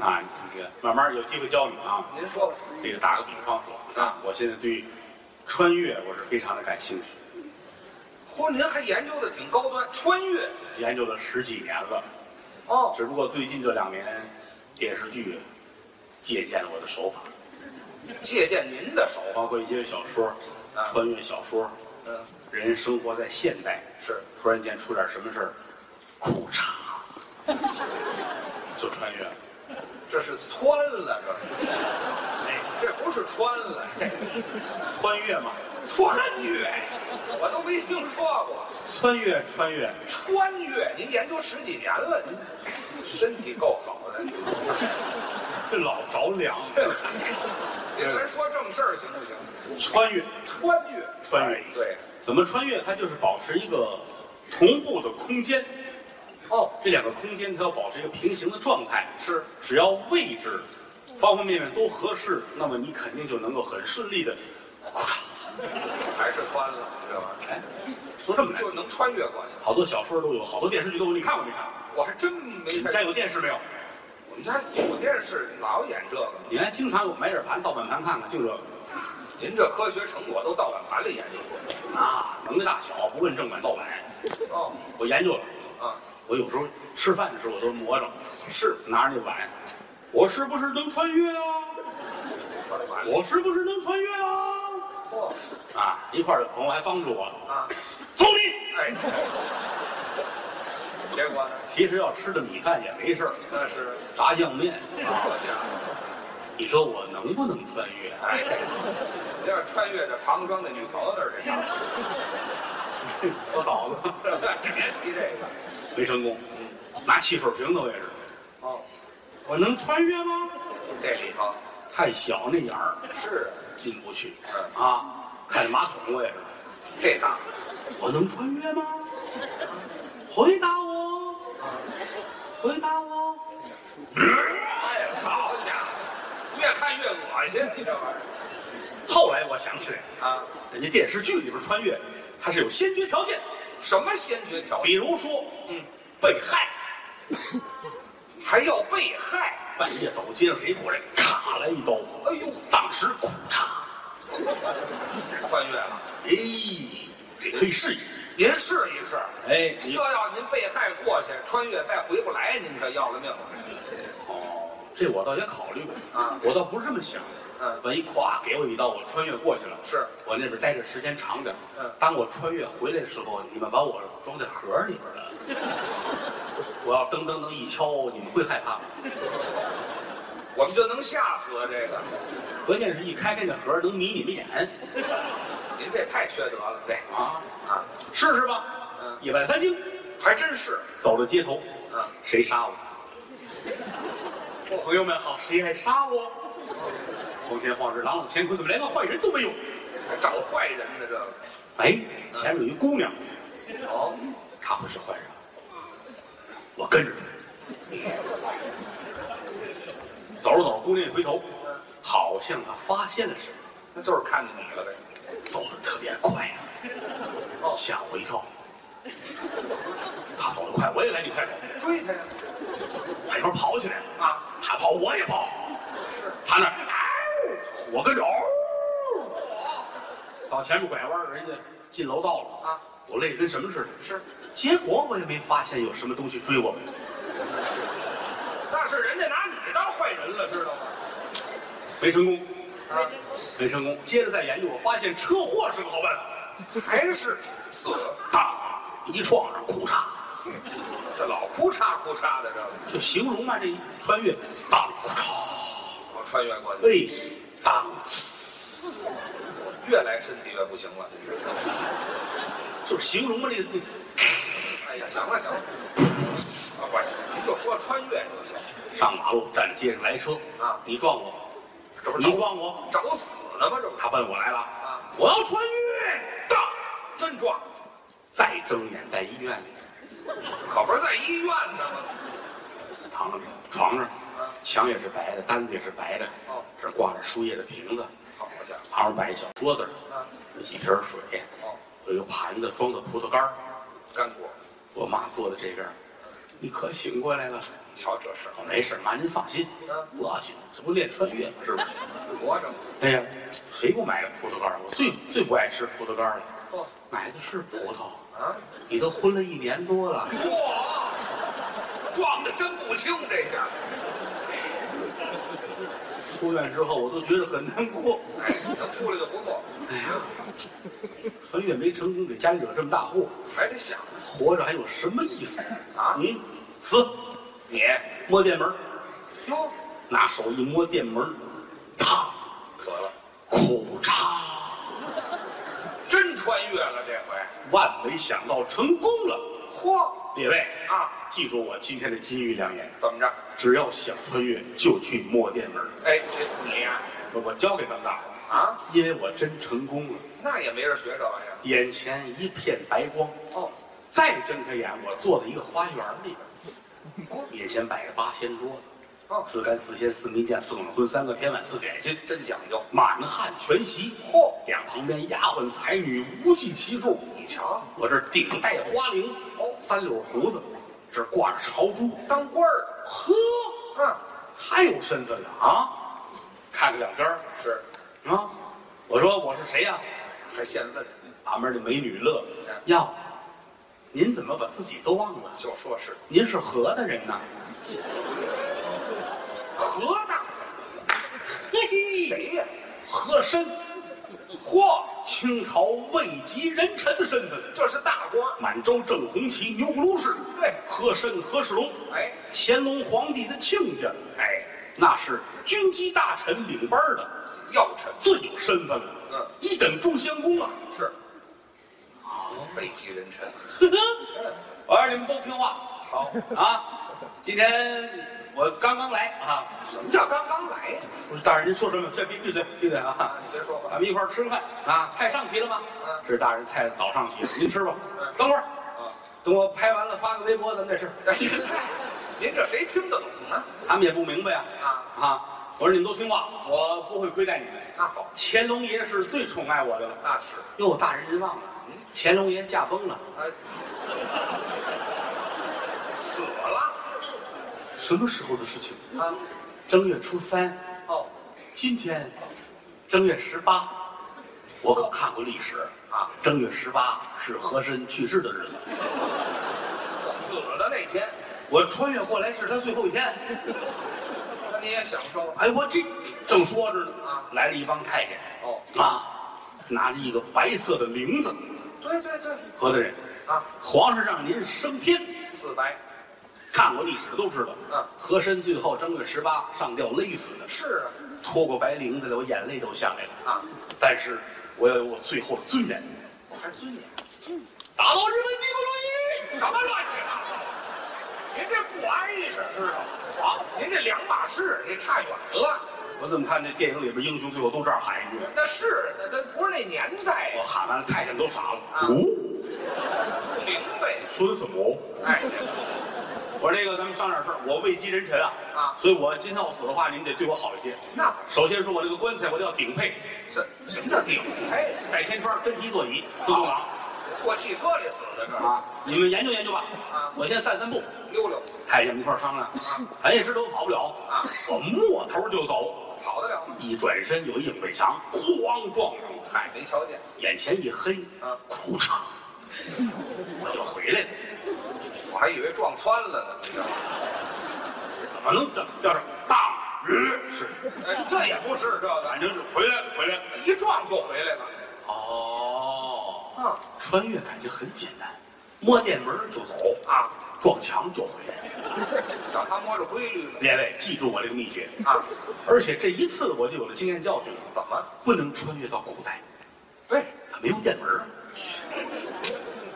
C: 啊，这个慢慢有机会教你啊。
D: 您说吧，
C: 这个打个比方说
D: 啊
C: 我现在对穿越我是非常的感兴趣，
D: 嚯，您还研究的挺高端，穿越
C: 研究了十几年了，
D: 哦，
C: 只不过最近这两年电视剧借鉴了我的手法，
D: 借鉴您的手法。
C: 包括一些小说
D: 啊，
C: 穿越小说，
D: 嗯，
C: 人生活在现代，
D: 是
C: 突然间出点什么事儿，裤衩 就穿越了。
D: 这是穿了，这是
C: 哎，
D: 这不是穿了，这
C: 穿越嘛，
D: 穿越，我都没听说过
C: 穿越穿越，
D: 穿越。您研究十几年了，您身体够好的，
C: 这老着凉。
D: 这咱说正事儿行不行？
C: 穿越
D: 穿越，
C: 穿越，
D: 对，
C: 怎么穿越？它就是保持一个同步的空间。
D: 哦，
C: 这两个空间它要保持一个平行的状态，
D: 是
C: 只要位置方方面面都合适，那么你肯定就能够很顺利的，
D: 还是穿了，这玩意
C: 哎，说这么
D: 儿
C: 难
D: 就
C: 听，
D: 能穿越过去。
C: 好多小说都有，好多电视剧都有，你看过没看？
D: 我还真没
C: 你们家
D: 看，
C: 有电视没有？
D: 我们家有电视老演这个，
C: 你还经常有买点盘盗版盘看看，就这个，
D: 您这科学成果都到碗盘里研究出
C: 啊，能耐大小不问正版盗版，
D: 来。哦，
C: 我研究了。
D: 啊，
C: 我有时候吃饭的时候我都磨着，
D: 是
C: 拿着那碗，我是不是能穿越啊？
D: 上这碗里。
C: 我是不是能穿越啊？
D: 嚯
C: 啊，一块儿有朋友还帮助我，
D: 啊，
C: 走你！
D: 哎，结果呢？
C: 其实要吃的米饭也没事儿，
D: 那是
C: 炸酱面，
D: 好家伙！
C: 你说我能不能穿越？啊
D: 哎，你要是穿越这庞庄的女朋友那儿去上，
C: 我嫂子
D: 别提这个。
C: 没成功，拿汽水瓶子我也是，
D: 哦，
C: 我能穿越吗？
D: 这里头
C: 太小那眼儿
D: 是
C: 进不去
D: 嗯
C: 啊，看着马桶我也是，
D: 这大，
C: 我能穿越吗？回答我，回答我。
D: 哎，好家伙，越看越恶心，你这玩意儿
C: 后来我想起来，
D: 啊！
C: 人家电视剧里边穿越，它是有先决条件，
D: 什么先决条
C: 比
D: 件？
C: 如说，嗯，被害，
D: 还要被害？
C: 半夜走街上谁过来，咔来一刀，
D: 哎呦，
C: 当时苦嚓，
D: 穿越了，
C: 哎，这可以试一试，
D: 您试一试。
C: 哎，
D: 这要您被害过去，穿越再回不来，您可要了命了。
C: 哦，这我倒也考虑过
D: 啊
C: 我倒不是这么想的。
D: 嗯
C: 万一咵给我一刀，我穿越过去了，
D: 是
C: 我那边待着时间长点。
D: 嗯
C: 当我穿越回来的时候，你们把我装在盒里边了。 我要噔噔噔一敲，你们会害怕吗？
D: 我们就能吓死啊这个，
C: 关键是一开开那盒能迷你们眼
D: 您这太缺德了，这
C: 啊！
D: 啊，
C: 试试吧，
D: 嗯
C: 一碗三清，
D: 还真是。
C: 走到街头，
D: 嗯，哦
C: 谁杀我？朋友们好，谁来杀我？光天化日，朗朗乾坤，怎么连个坏人都没有？
D: 还找坏人呢这个。
C: 哎，前面有一姑娘，
D: 哦，
C: 她不是坏人，我跟着她。走着走着，姑娘一回头，好像她发现了什么，
D: 那就是看见你了呗。
C: 走的特别快呀、
D: 哦
C: 吓我一跳。她走得快，我也赶紧快走，
D: 追他呀！
C: 她一会儿跑起来了
D: 啊！
C: 她跑我也跑，
D: 是
C: 她那儿嗷，我跟着嗷，到前面拐弯儿，人家进楼道了
D: 啊！
C: 我累得跟什么似的，
D: 是，
C: 结果我也没发现有什么东西追我们。
D: 那是人家拿你当坏人了，知道吗？
C: 没成功，
D: 啊，
C: 没成功。接着再研究，我发现车祸是个好办法。
D: 还是死了，
C: 当一撞上，裤嚓，
D: 这老哭嚓哭嚓的，这个
C: 就形容嘛，这一穿越，当裤嚓，
D: 我穿越过去，
C: 哎，当，
D: 越来身体越不行了。
C: 就是形容嘛，这个这个
D: 哎呀，行了行了，啊，我您就说穿越就行，
C: 上马路站街上来车
D: 啊
C: 你撞我，
D: 这不是
C: 你
D: 找
C: 撞我，
D: 找死呢吗？这不
C: 他奔我来了，
D: 啊
C: 我要穿越，当，
D: 真撞，
C: 再睁眼在医院里
D: 可不是在医院呢吗？
C: 躺着床上，墙也是白的，单子也是白的，
D: 啊哦
C: 这挂着输液的瓶子，
D: 好家
C: 旁边摆一小桌子，
D: 伙，啊，
C: 有几瓶水，
D: 哦，
C: 有一个盘子装的葡萄干儿
D: 干果，
C: 我妈坐在这边儿，你可醒过来了？
D: 瞧这事儿，
C: 我没事儿，妈您放心
D: 嗯，
C: 不要紧，这不练穿越吗？是不是？
D: 活着吗？
C: 哎呀，谁给我买个葡萄干儿？我最最不爱吃葡萄干儿了，
D: 哦，
C: 买的是葡萄。
D: 啊，
C: 你都婚了一年多 了，
D: 嚯，撞的真不轻，这下，
C: 出院之后我都觉得很难过。
D: 哎，能出来就不错，
C: 穿越没成功，给家里惹这么大祸，
D: 还得想
C: 活着还有什么意思
D: 啊
C: 嗯，死！
D: 你
C: 摸电门儿，
D: 哟，
C: 拿手一摸电门儿，烫，
D: 死了，
C: 苦嚓。
D: 真穿越了这回，
C: 万没想到成功了。
D: 嚯，
C: 列位
D: 啊，
C: 记住我今天的金玉良言，
D: 怎么着？
C: 只要想穿越就去摸电门。
D: 哎，这你呀、
C: 我交给咱们大伙儿，
D: 啊，
C: 因为我真成功了，
D: 那也没人学这玩意儿。
C: 眼前一片白光。
D: 哦，
C: 再睁开眼，我坐在一个花园里
D: 哦
C: 边，眼前摆着八仙桌子，
D: 哦，
C: 四干四鲜四民间四碗荤三个天碗四点心，
D: 真讲究。
C: 满汉全席。
D: 嚯
C: 两旁边丫鬟才女无计其数，
D: 你瞧，
C: 我这顶戴花翎，
D: 哦
C: 三绺胡子，这挂着朝珠，
D: 当官儿，
C: 呵，
D: 嗯，
C: 太有身份了啊！看个两边儿
D: 是
C: 啊，我说我是谁呀、
D: 还现问，
C: 旁边的美女乐了，哟，您怎么把自己都忘了？
D: 就说是
C: 您是河的人呐？
D: 河大
C: 嘿，
D: 谁呀？
C: 和珅，
D: 嚯，
C: 清朝位极人臣的身份，
D: 这是大官。
C: 满洲正红旗钮钴禄氏，
D: 对
C: 和珅和世龙，
D: 哎
C: 乾隆皇帝的亲家，
D: 哎，
C: 那是军机大臣领班的，
D: 要臣
C: 最有身份了，
D: 嗯，
C: 一等中祥公啊，
D: 是，位极人臣。
C: 呵呵，哎我让你们都听话
D: 好，
C: 啊！今天我刚刚来啊，
D: 什么叫刚刚来呀？
C: 不是大人您说什么？这闭闭嘴，闭嘴啊！
D: 你别说
C: 咱
D: 话，
C: 们一块儿吃个饭啊！菜上齐了吗？
D: 嗯
C: 是大人菜早上齐了，您吃吧
D: 嗯。
C: 等会儿
D: 啊，
C: 等我拍完了发个微博，咱们 再吃。
D: 哎您这谁听得懂呢？
C: 他们也不明白呀
D: 啊
C: 啊！我说你们都听话，我不会亏待你们。
D: 那啊好，
C: 乾隆爷是最宠爱我的了。
D: 那是，
C: 哟，大人您忘了，
D: 嗯
C: 乾隆爷驾崩了。
D: 哎，死了
C: 什么时候的事情？
D: 啊？
C: 正月初三。
D: 哦，
C: 今天正月十八，我可看过历史
D: 啊，
C: 正月十八是和珅去世的日子，
D: 死的那天，
C: 我穿越过来是他最后一天。
D: 那你也享受
C: 哎，我这正说着呢，
D: 啊
C: 来了一帮太监，
D: 哦？
C: 啊，拿着一个白色的铃子，
D: 对对对，
C: 河大人，
D: 啊，
C: 皇上让您升天，
D: 四白
C: 看过历史的都知道，
D: 嗯
C: 和珅最后正月十八上吊勒死的，
D: 是啊
C: 拖过白绫子来，我眼泪都下来了，
D: 啊，
C: 但是我要有我最后的尊严，
D: 我还尊严，
C: 打倒日本帝国主义。
D: 什么乱七八糟？您这不挨着知道吗？啊您这两码事，这差远了。
C: 我怎么看这电影里边英雄最后都这样喊一句？
D: 那是，那这不是那年代
C: 我
D: 呀，
C: 喊完了，太监都傻了。
D: 啊
C: 哦，
D: 不明白。
C: 说的什么？
D: 哎，
C: 我说这个咱们商量点事儿，我位极人臣啊，
D: 啊
C: 所以我今天要死的话，你们得对我好一些。
D: 那可
C: 首先说我这个棺材，我得要顶配，
D: 这什么叫顶配？
C: 带天窗，真皮座椅，自动
D: 啊
C: 挡
D: 哎坐汽车里死的这儿
C: 啊。你们研究研究吧。
D: 啊
C: 我先散散步。
D: 溜溜
C: 太监们一块儿商量，哎咱也知道我跑不了
D: 啊
C: 我摸头就走，
D: 跑得了吗？
C: 一转身有一影背墙，哐撞上了，嗨，
D: 没瞧见
C: 眼前一黑，
D: 啊，
C: 裤衩，我就回来了。
D: 我还以为撞穿了呢。
C: 怎么能这要是大雨是，
D: 哎，这也不是这个，
C: 反正是回来回来。
D: 一撞就回来 了。
C: 哦，
D: 啊
C: 穿越感觉很简单，摸电门就走，
D: 啊，
C: 撞墙就回来。
D: 叫他摸着规律呢。
C: 列位记住我这个秘诀，
D: 啊，
C: 而且这一次我就有了经验教训了，
D: 怎么？
C: 不能穿越到古代，
D: 对
C: 它没有电门啊。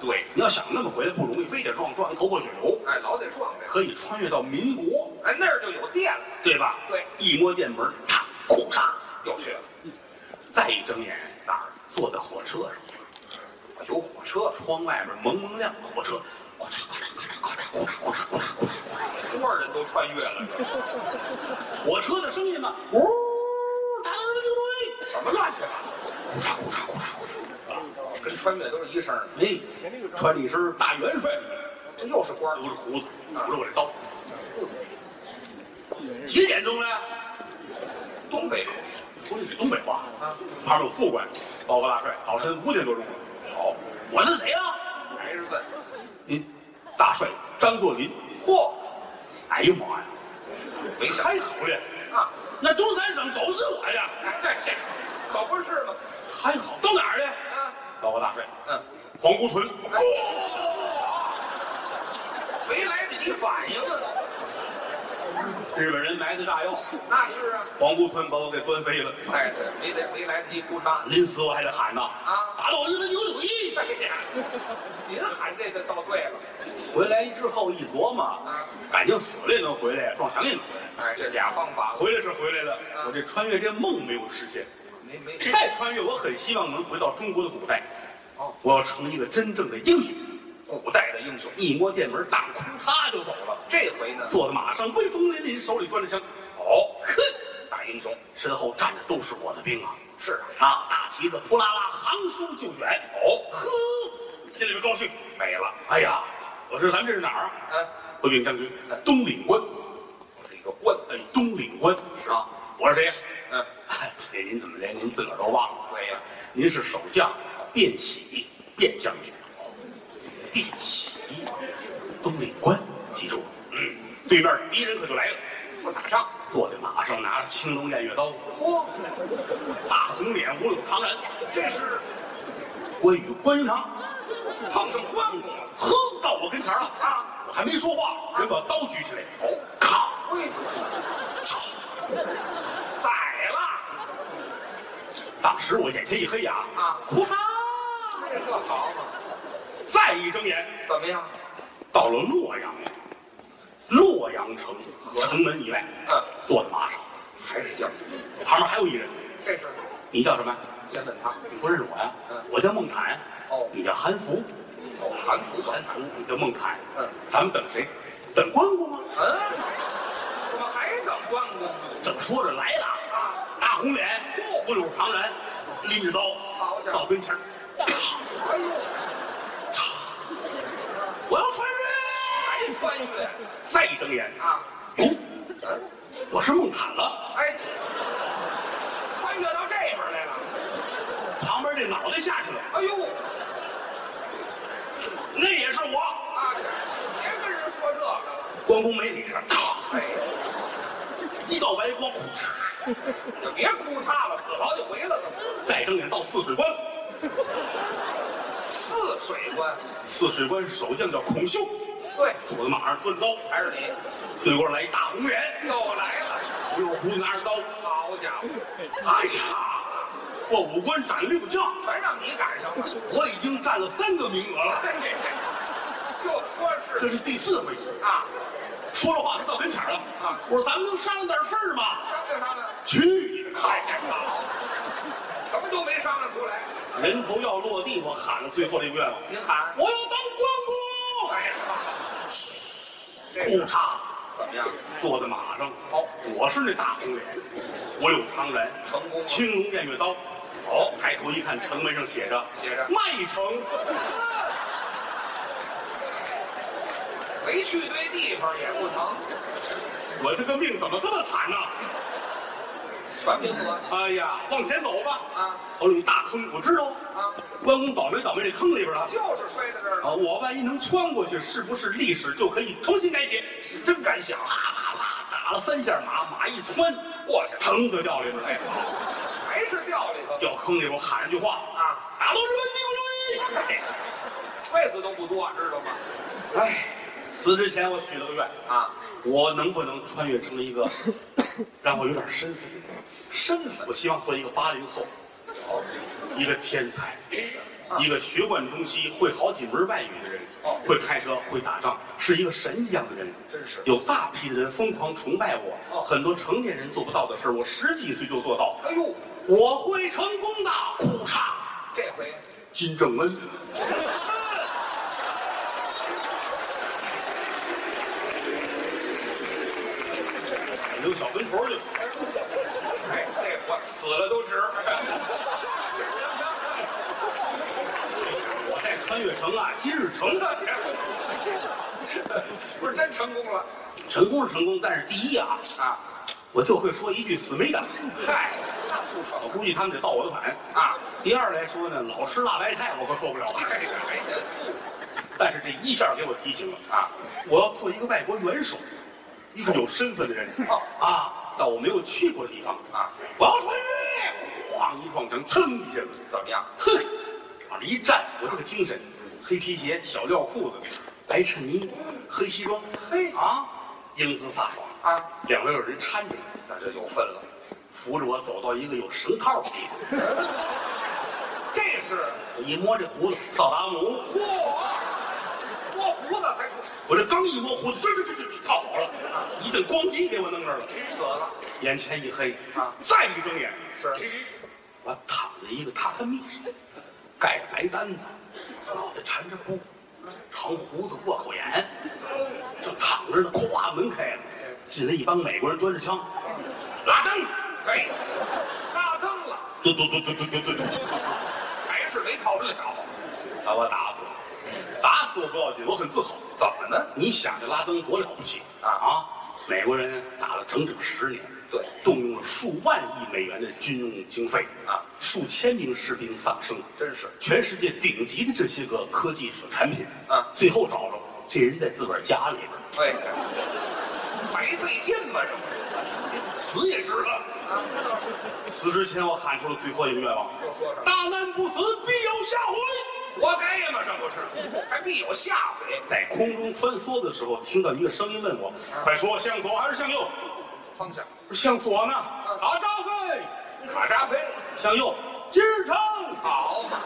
D: 对，
C: 你要想那么回来不容易，非得撞撞一头破血流。
D: 哎，老得撞呗。
C: 可以穿越到民国，
D: 哎，那儿就有电了，
C: 对吧？
D: 对
C: 一摸电门，啪，裤衩，
D: 又去了。
C: 再一睁眼哪儿？坐在火车上。
D: 有火车，
C: 窗外边蒙蒙亮，火车，咔嚓咔嚓咔嚓咔嚓咔嚓咔嚓咔嚓咔嚓，
D: 多少人都穿越了，这
C: 火车的声音嘛，呜，打到什么地
D: 什么乱七八
C: 方？
D: 糟？
C: 咔嚓咔嚓咔嚓咔嚓啊！
D: 跟穿越都是一声的。
C: 哎，穿着一身大元帅服，
D: 这又是官儿
C: 留着胡子，杵着我这刀。几点钟了？
D: 东北口音
C: 说的是东北话。
D: 啊，
C: 旁边有副官，报告大帅，早晨五点多钟了。好，我是谁呀？
D: 还是问。
C: 您，大帅张作霖。
D: 嚯，
C: 哎呀妈呀，
D: 没想
C: 太好了，
D: 啊，
C: 那东三省都是我呀。
D: 哎这可不是嘛。
C: 还好，到哪儿了？
D: 啊，
C: 报告大帅，
D: 嗯，
C: 皇姑屯。
D: 没来得及反应啊都。
C: 日本人埋的炸药，
D: 那是啊，
C: 皇姑屯把我给端飞了。
D: 哎，对，没得没来得及哭嚓。
C: 临死我还得喊呐，
D: 啊
C: 打倒日本九九一！
D: 哎呀，您喊这个到对了。
C: 回来之后一琢磨，
D: 啊
C: 感情死了也能回来，撞墙也能回来。
D: 哎，这俩方法，
C: 回来是回来了，
D: 啊
C: 我这穿越这梦没有实现。
D: 没没
C: 再穿越，我很希望能回到中国的古代。
D: 哦，
C: 我要成一个真正的英雄。
D: 古代的英雄，
C: 一摸电门，大哭嚓就走了，
D: 这回呢，
C: 坐在马上威风凛凛，手里端着枪。 哦，哼，
D: 大英雄
C: 身后站着都是我的兵啊！
D: 是啊，
C: 啊，大旗子扑啦啦，行书就卷。哦，呵，心里边高兴，美了。哎呀，我说咱们这是哪儿啊？
D: 嗯，
C: 回禀将军，东岭关。
D: 这个棍，
C: 哎，东岭关
D: 是啊，
C: 我是谁呀？
D: 嗯，
C: 哎这您怎么连您自个儿都忘了？
D: 对呀
C: 您是守将卞喜，卞将军，卞喜，东岭关，记住。嗯，对面敌人可就来了，
D: 不打仗，
C: 坐在马上，拿着青龙偃月刀，
D: 嚯，
C: 大红脸，五柳长髯，
D: 这是
C: 关羽关云长。
D: 碰上关公了。
C: 呵，到我跟前了
D: 啊！
C: 我还没说话，人把刀举起来，哦，咔，
D: 哎呦，
C: 宰了！当时我眼前一黑呀，
D: 啊
C: 呼嚓！
D: 这这好嘛？
C: 再一睁眼，
D: 怎么样？
C: 到了洛阳，洛阳城城门以外，
D: 嗯，
C: 坐在马上，
D: 还是将军，
C: 旁边还有一人，
D: 这是
C: 你叫什么？
D: 先问他。
C: 你不认识我呀？
D: 嗯
C: 我叫孟坦。
D: 哦
C: 你叫韩福，
D: 哦，韩服
C: 韩福，你叫孟坦。
D: 嗯，
C: 咱们等谁？等关公吗？
D: 嗯，怎么还等关公呢？
C: 正说着来了啊，大红脸，五柳长髯，拎着刀
D: 好家伙
C: 到跟 前儿，
D: 哎呦，
C: 我要穿越！
D: 还穿越
C: 再一睁眼，
D: 啊？
C: 哦，我是孟坦了。
D: 哎，穿越到这边来了。
C: 旁边这脑袋下去了，
D: 哎呦，
C: 那也是我。
D: 啊，这别跟人说这个了，
C: 关公没理这，咔，
D: 哎，
C: 一道白光，呼嚓！
D: 就别哭嚓了，死好几回了都。
C: 再睁眼到汜水关了，
D: 汜水关，
C: 汜水关守将叫孔修，
D: 对，
C: 坐在马上端着刀，
D: 还是你
C: 对过来一大红脸，
D: 又来了，
C: 留着胡子拿着刀，
D: 好家伙，
C: 哎呀，我五关斩六将，
D: 全让你赶上了。
C: 我已经占了三个名额了，
D: 嘿嘿嘿就说
C: 这
D: 是
C: 是第四回。
D: 啊，
C: 说着话，他到跟前儿了。
D: 啊
C: 我说咱们能商量点事儿吗？
D: 商量商量，
C: 去你的！
D: 哎呀，好，什么都没商量出来。
C: 啊人头要落地，我喊了最后这个愿望，
D: 您喊，
C: 我要当关
D: 哎呀，这
C: 公。
D: 是
C: 哎不差，
D: 怎么样？
C: 坐在马上。
D: 好，
C: 我是那大红脸，我有苍然，
D: 成功了
C: 青龙偃月刀。好，抬头一看，城门上写着
D: 写着
C: 麦城。
D: 没去对地方也不成，
C: 我这个命怎么这么惨呢？
D: 全名额
C: 哎呀，往前走吧。
D: 啊
C: 哦，有一大坑，我知道。
D: 啊，
C: 关公倒霉倒霉这坑里边了。
D: 就是摔在这儿了。
C: 啊，我万一能穿过去，是不是历史就可以重新改写？是真敢想！啪啪啪，打了三下马，马一窜
D: 过去了
C: 腾就掉里边
D: 哎
C: 了。，
D: 还是掉里头
C: 掉坑里边，我喊一句话
D: 啊！
C: 打到日本帝国主义！
D: 摔死都不多，知道吗？
C: 哎，死之前我许了个愿，
D: 啊，
C: 我能不能穿越成一 个让我有点身份？
D: 身份
C: 我希望做一个八零后，
D: 哦啊
C: 一个天才，一个学贯中西、会好几门外语的人
D: 哦，
C: 会开车，会打仗，是一个神一样的人。
D: 真是
C: 有大批的人疯狂崇拜我，
D: 哦
C: 很多成年人做不到的事儿，我十几岁就做到。
D: 哎呦，
C: 我会成功的！裤衩，
D: 这回
C: 金正恩，留小跟头去了。
D: 哎，这我死了都值。
C: 我在穿越城啊，今日成啊，
D: 不是真成功了
C: 成功是成功，但是第一啊，
D: 啊！
C: 我就会说一句死没感。
D: 嗨，那不成
C: 我估计他们得造我的反。
D: 啊！
C: 第二来说呢，老吃辣白菜我可受不了，
D: 哎，这还嫌富
C: 但是这一下给我提醒了，
D: 啊？
C: 我要做一个外国元首，一个有身份的人
D: 哦
C: 啊，到我没有去过的地方
D: 啊，
C: 我要穿越，哐一撞墙，噌一下子，
D: 怎么样？
C: 哼，往这一站，我这个精神，黑皮鞋、小料裤子、白衬衣、黑西装，
D: 嘿
C: 啊，英姿飒爽
D: 啊！
C: 两边有人搀着，
D: 那就有分了。
C: 扶着我走到一个有绳套的地方。
D: 这是
C: 我一摸这胡子，到达姆，
D: 嚯，拨胡子还出
C: 我这刚一摸胡子，这这这这套好了，一顿咣叽给我弄这儿了，
D: 死了，
C: 眼前一黑
D: 啊
C: 再一睁眼，
D: 是
C: 我躺在一个榻榻米上，盖着白单子，脑袋缠着布，长胡子过口眼，正躺着呢，咵门开了，进来一帮美国人端着枪，拉登，
D: 嘿，哎大灯了，
C: 嘟嘟嘟嘟嘟嘟嘟嘟，
D: 还是没跑了。
C: 把我打死了，打死我不要紧，我很自豪。
D: 怎么呢？
C: 你想这拉登多了不起
D: 啊
C: 啊！美国人打了整整十年，对，动用了数万亿美元的军用经费啊，数千名士兵丧生，
D: 真是
C: 全世界顶级的这些个科技产品
D: 啊
C: 最后找着了这人在自个儿家里边儿
D: 哎，白费劲嘛，这不
C: 死也值了。
D: 啊，这倒是
C: 死之前我喊出了最后一个愿望：
D: 又说什么？
C: 大难不死，必有下回。
D: 活该呀嘛，这不是，还必有下回。
C: 在空中穿梭的时候，听到一个声音问我：“
D: 啊
C: 快说，向左还是向右？”
D: 方向，
C: 我说向左呢，
D: 啊
C: 卡扎菲；
D: 卡扎菲，
C: 向右，金日成。
D: 好嘛，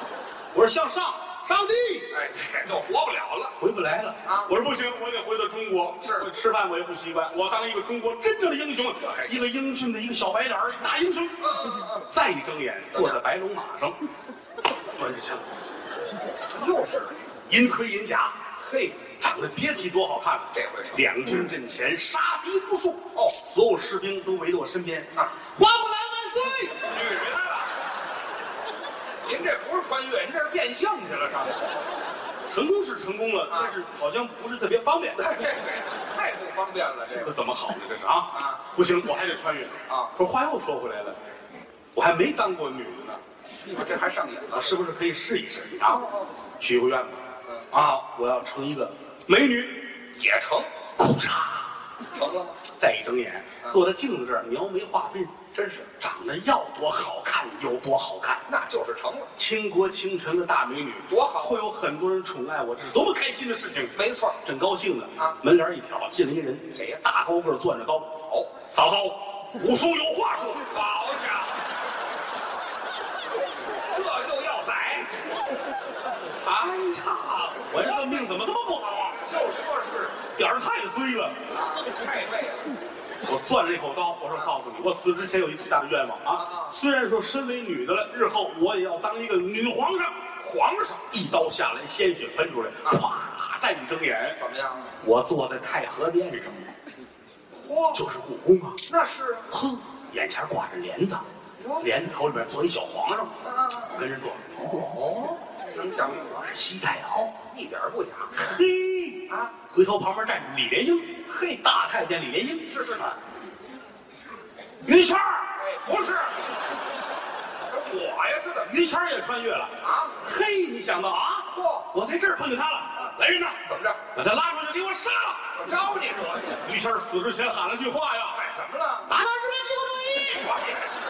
C: 我说向上，上帝。
D: 哎，就活不了了。
C: 回不来了
D: 啊
C: 我说不行，我得回到中国。
D: 是
C: 我吃饭我也不习惯。我当一个中国真正的英雄，一个英俊的一个小白脸儿大英雄。
D: 嗯
C: 再一睁眼，坐在白龙马 上，端着枪，
D: 又是，
C: 银盔银甲，
D: 嘿，
C: 长得别提多好看了。
D: 这回成
C: 两军阵前，杀敌无数。
D: 哦
C: 所有士兵都围到我身边
D: 啊！
C: 花木兰万岁！
D: 女人啊！您这不是穿越，您这是变性去了，上去。
C: 成功是成功了，
D: 啊
C: 但是好像不是特别方便。
D: 嘿嘿嘿太不方便了，这
C: 这
D: 个
C: 怎么好呢？这是啊
D: 啊！
C: 不行，我还得穿越
D: 啊
C: 可是话又说回来了，我还没当过女的呢。
D: 你这还上瘾啊
C: 我
D: 了？
C: 是不是可以试一试啊？
D: 哦
C: 许个愿吧。
D: 嗯
C: 啊，我要成一个美女，
D: 也成，
C: 裤衩。
D: 成了吗？
C: 再一睁眼，
D: 嗯
C: 坐在镜子这儿，描眉画鬓，真是长得要多好看有多好看。
D: 那就是成了，
C: 倾国倾城的大美女，
D: 多好啊
C: 会有很多人宠爱我，这是多么开心的事情！
D: 没错。
C: 正高兴呢，
D: 啊
C: 门帘一挑，进来一人，
D: 谁呀
C: 大高个儿攥着刀，
D: 哦，
C: 嫂嫂，武松有话说。
D: 好家伙，这就要宰，
C: 哎呀，我这个命怎么这么不好啊？
D: 就说是
C: 点儿太衰了。
D: 太背了，
C: 我攥着一口刀，我说告诉你，我死之前有一最大的愿望啊
D: 啊！
C: 虽然说身为女的了，日后我也要当一个女皇上。皇上一刀下来，鲜血喷出来，啪！再一睁眼，
D: 怎么样？
C: 我坐在太和殿上，
D: 嚯，
C: 就是故宫啊。
D: 那是
C: 哼，眼前挂着帘子，帘子头里边坐一小皇上，跟人说：“哦，
D: 能想明
C: 我
D: 白，
C: 是西太后。”
D: 一点儿不假。
C: 嘿
D: 啊！
C: 回头旁边站着李莲英，嘿，大太监李莲英，
D: 是是
C: 啊。于谦儿，
D: 哎，不是，我呀是怎么？
C: 于谦儿也穿越了
D: 啊！
C: 嘿，你想到啊？
D: 嚯啊
C: 我在这儿碰见他了。来人呐，
D: 怎么着？
C: 把他拉出去，给我杀了！
D: 我招你惹你？
C: 于谦儿死之前喊了句话呀，
D: 喊什么了？
C: 打他日本帝国主义！
D: 我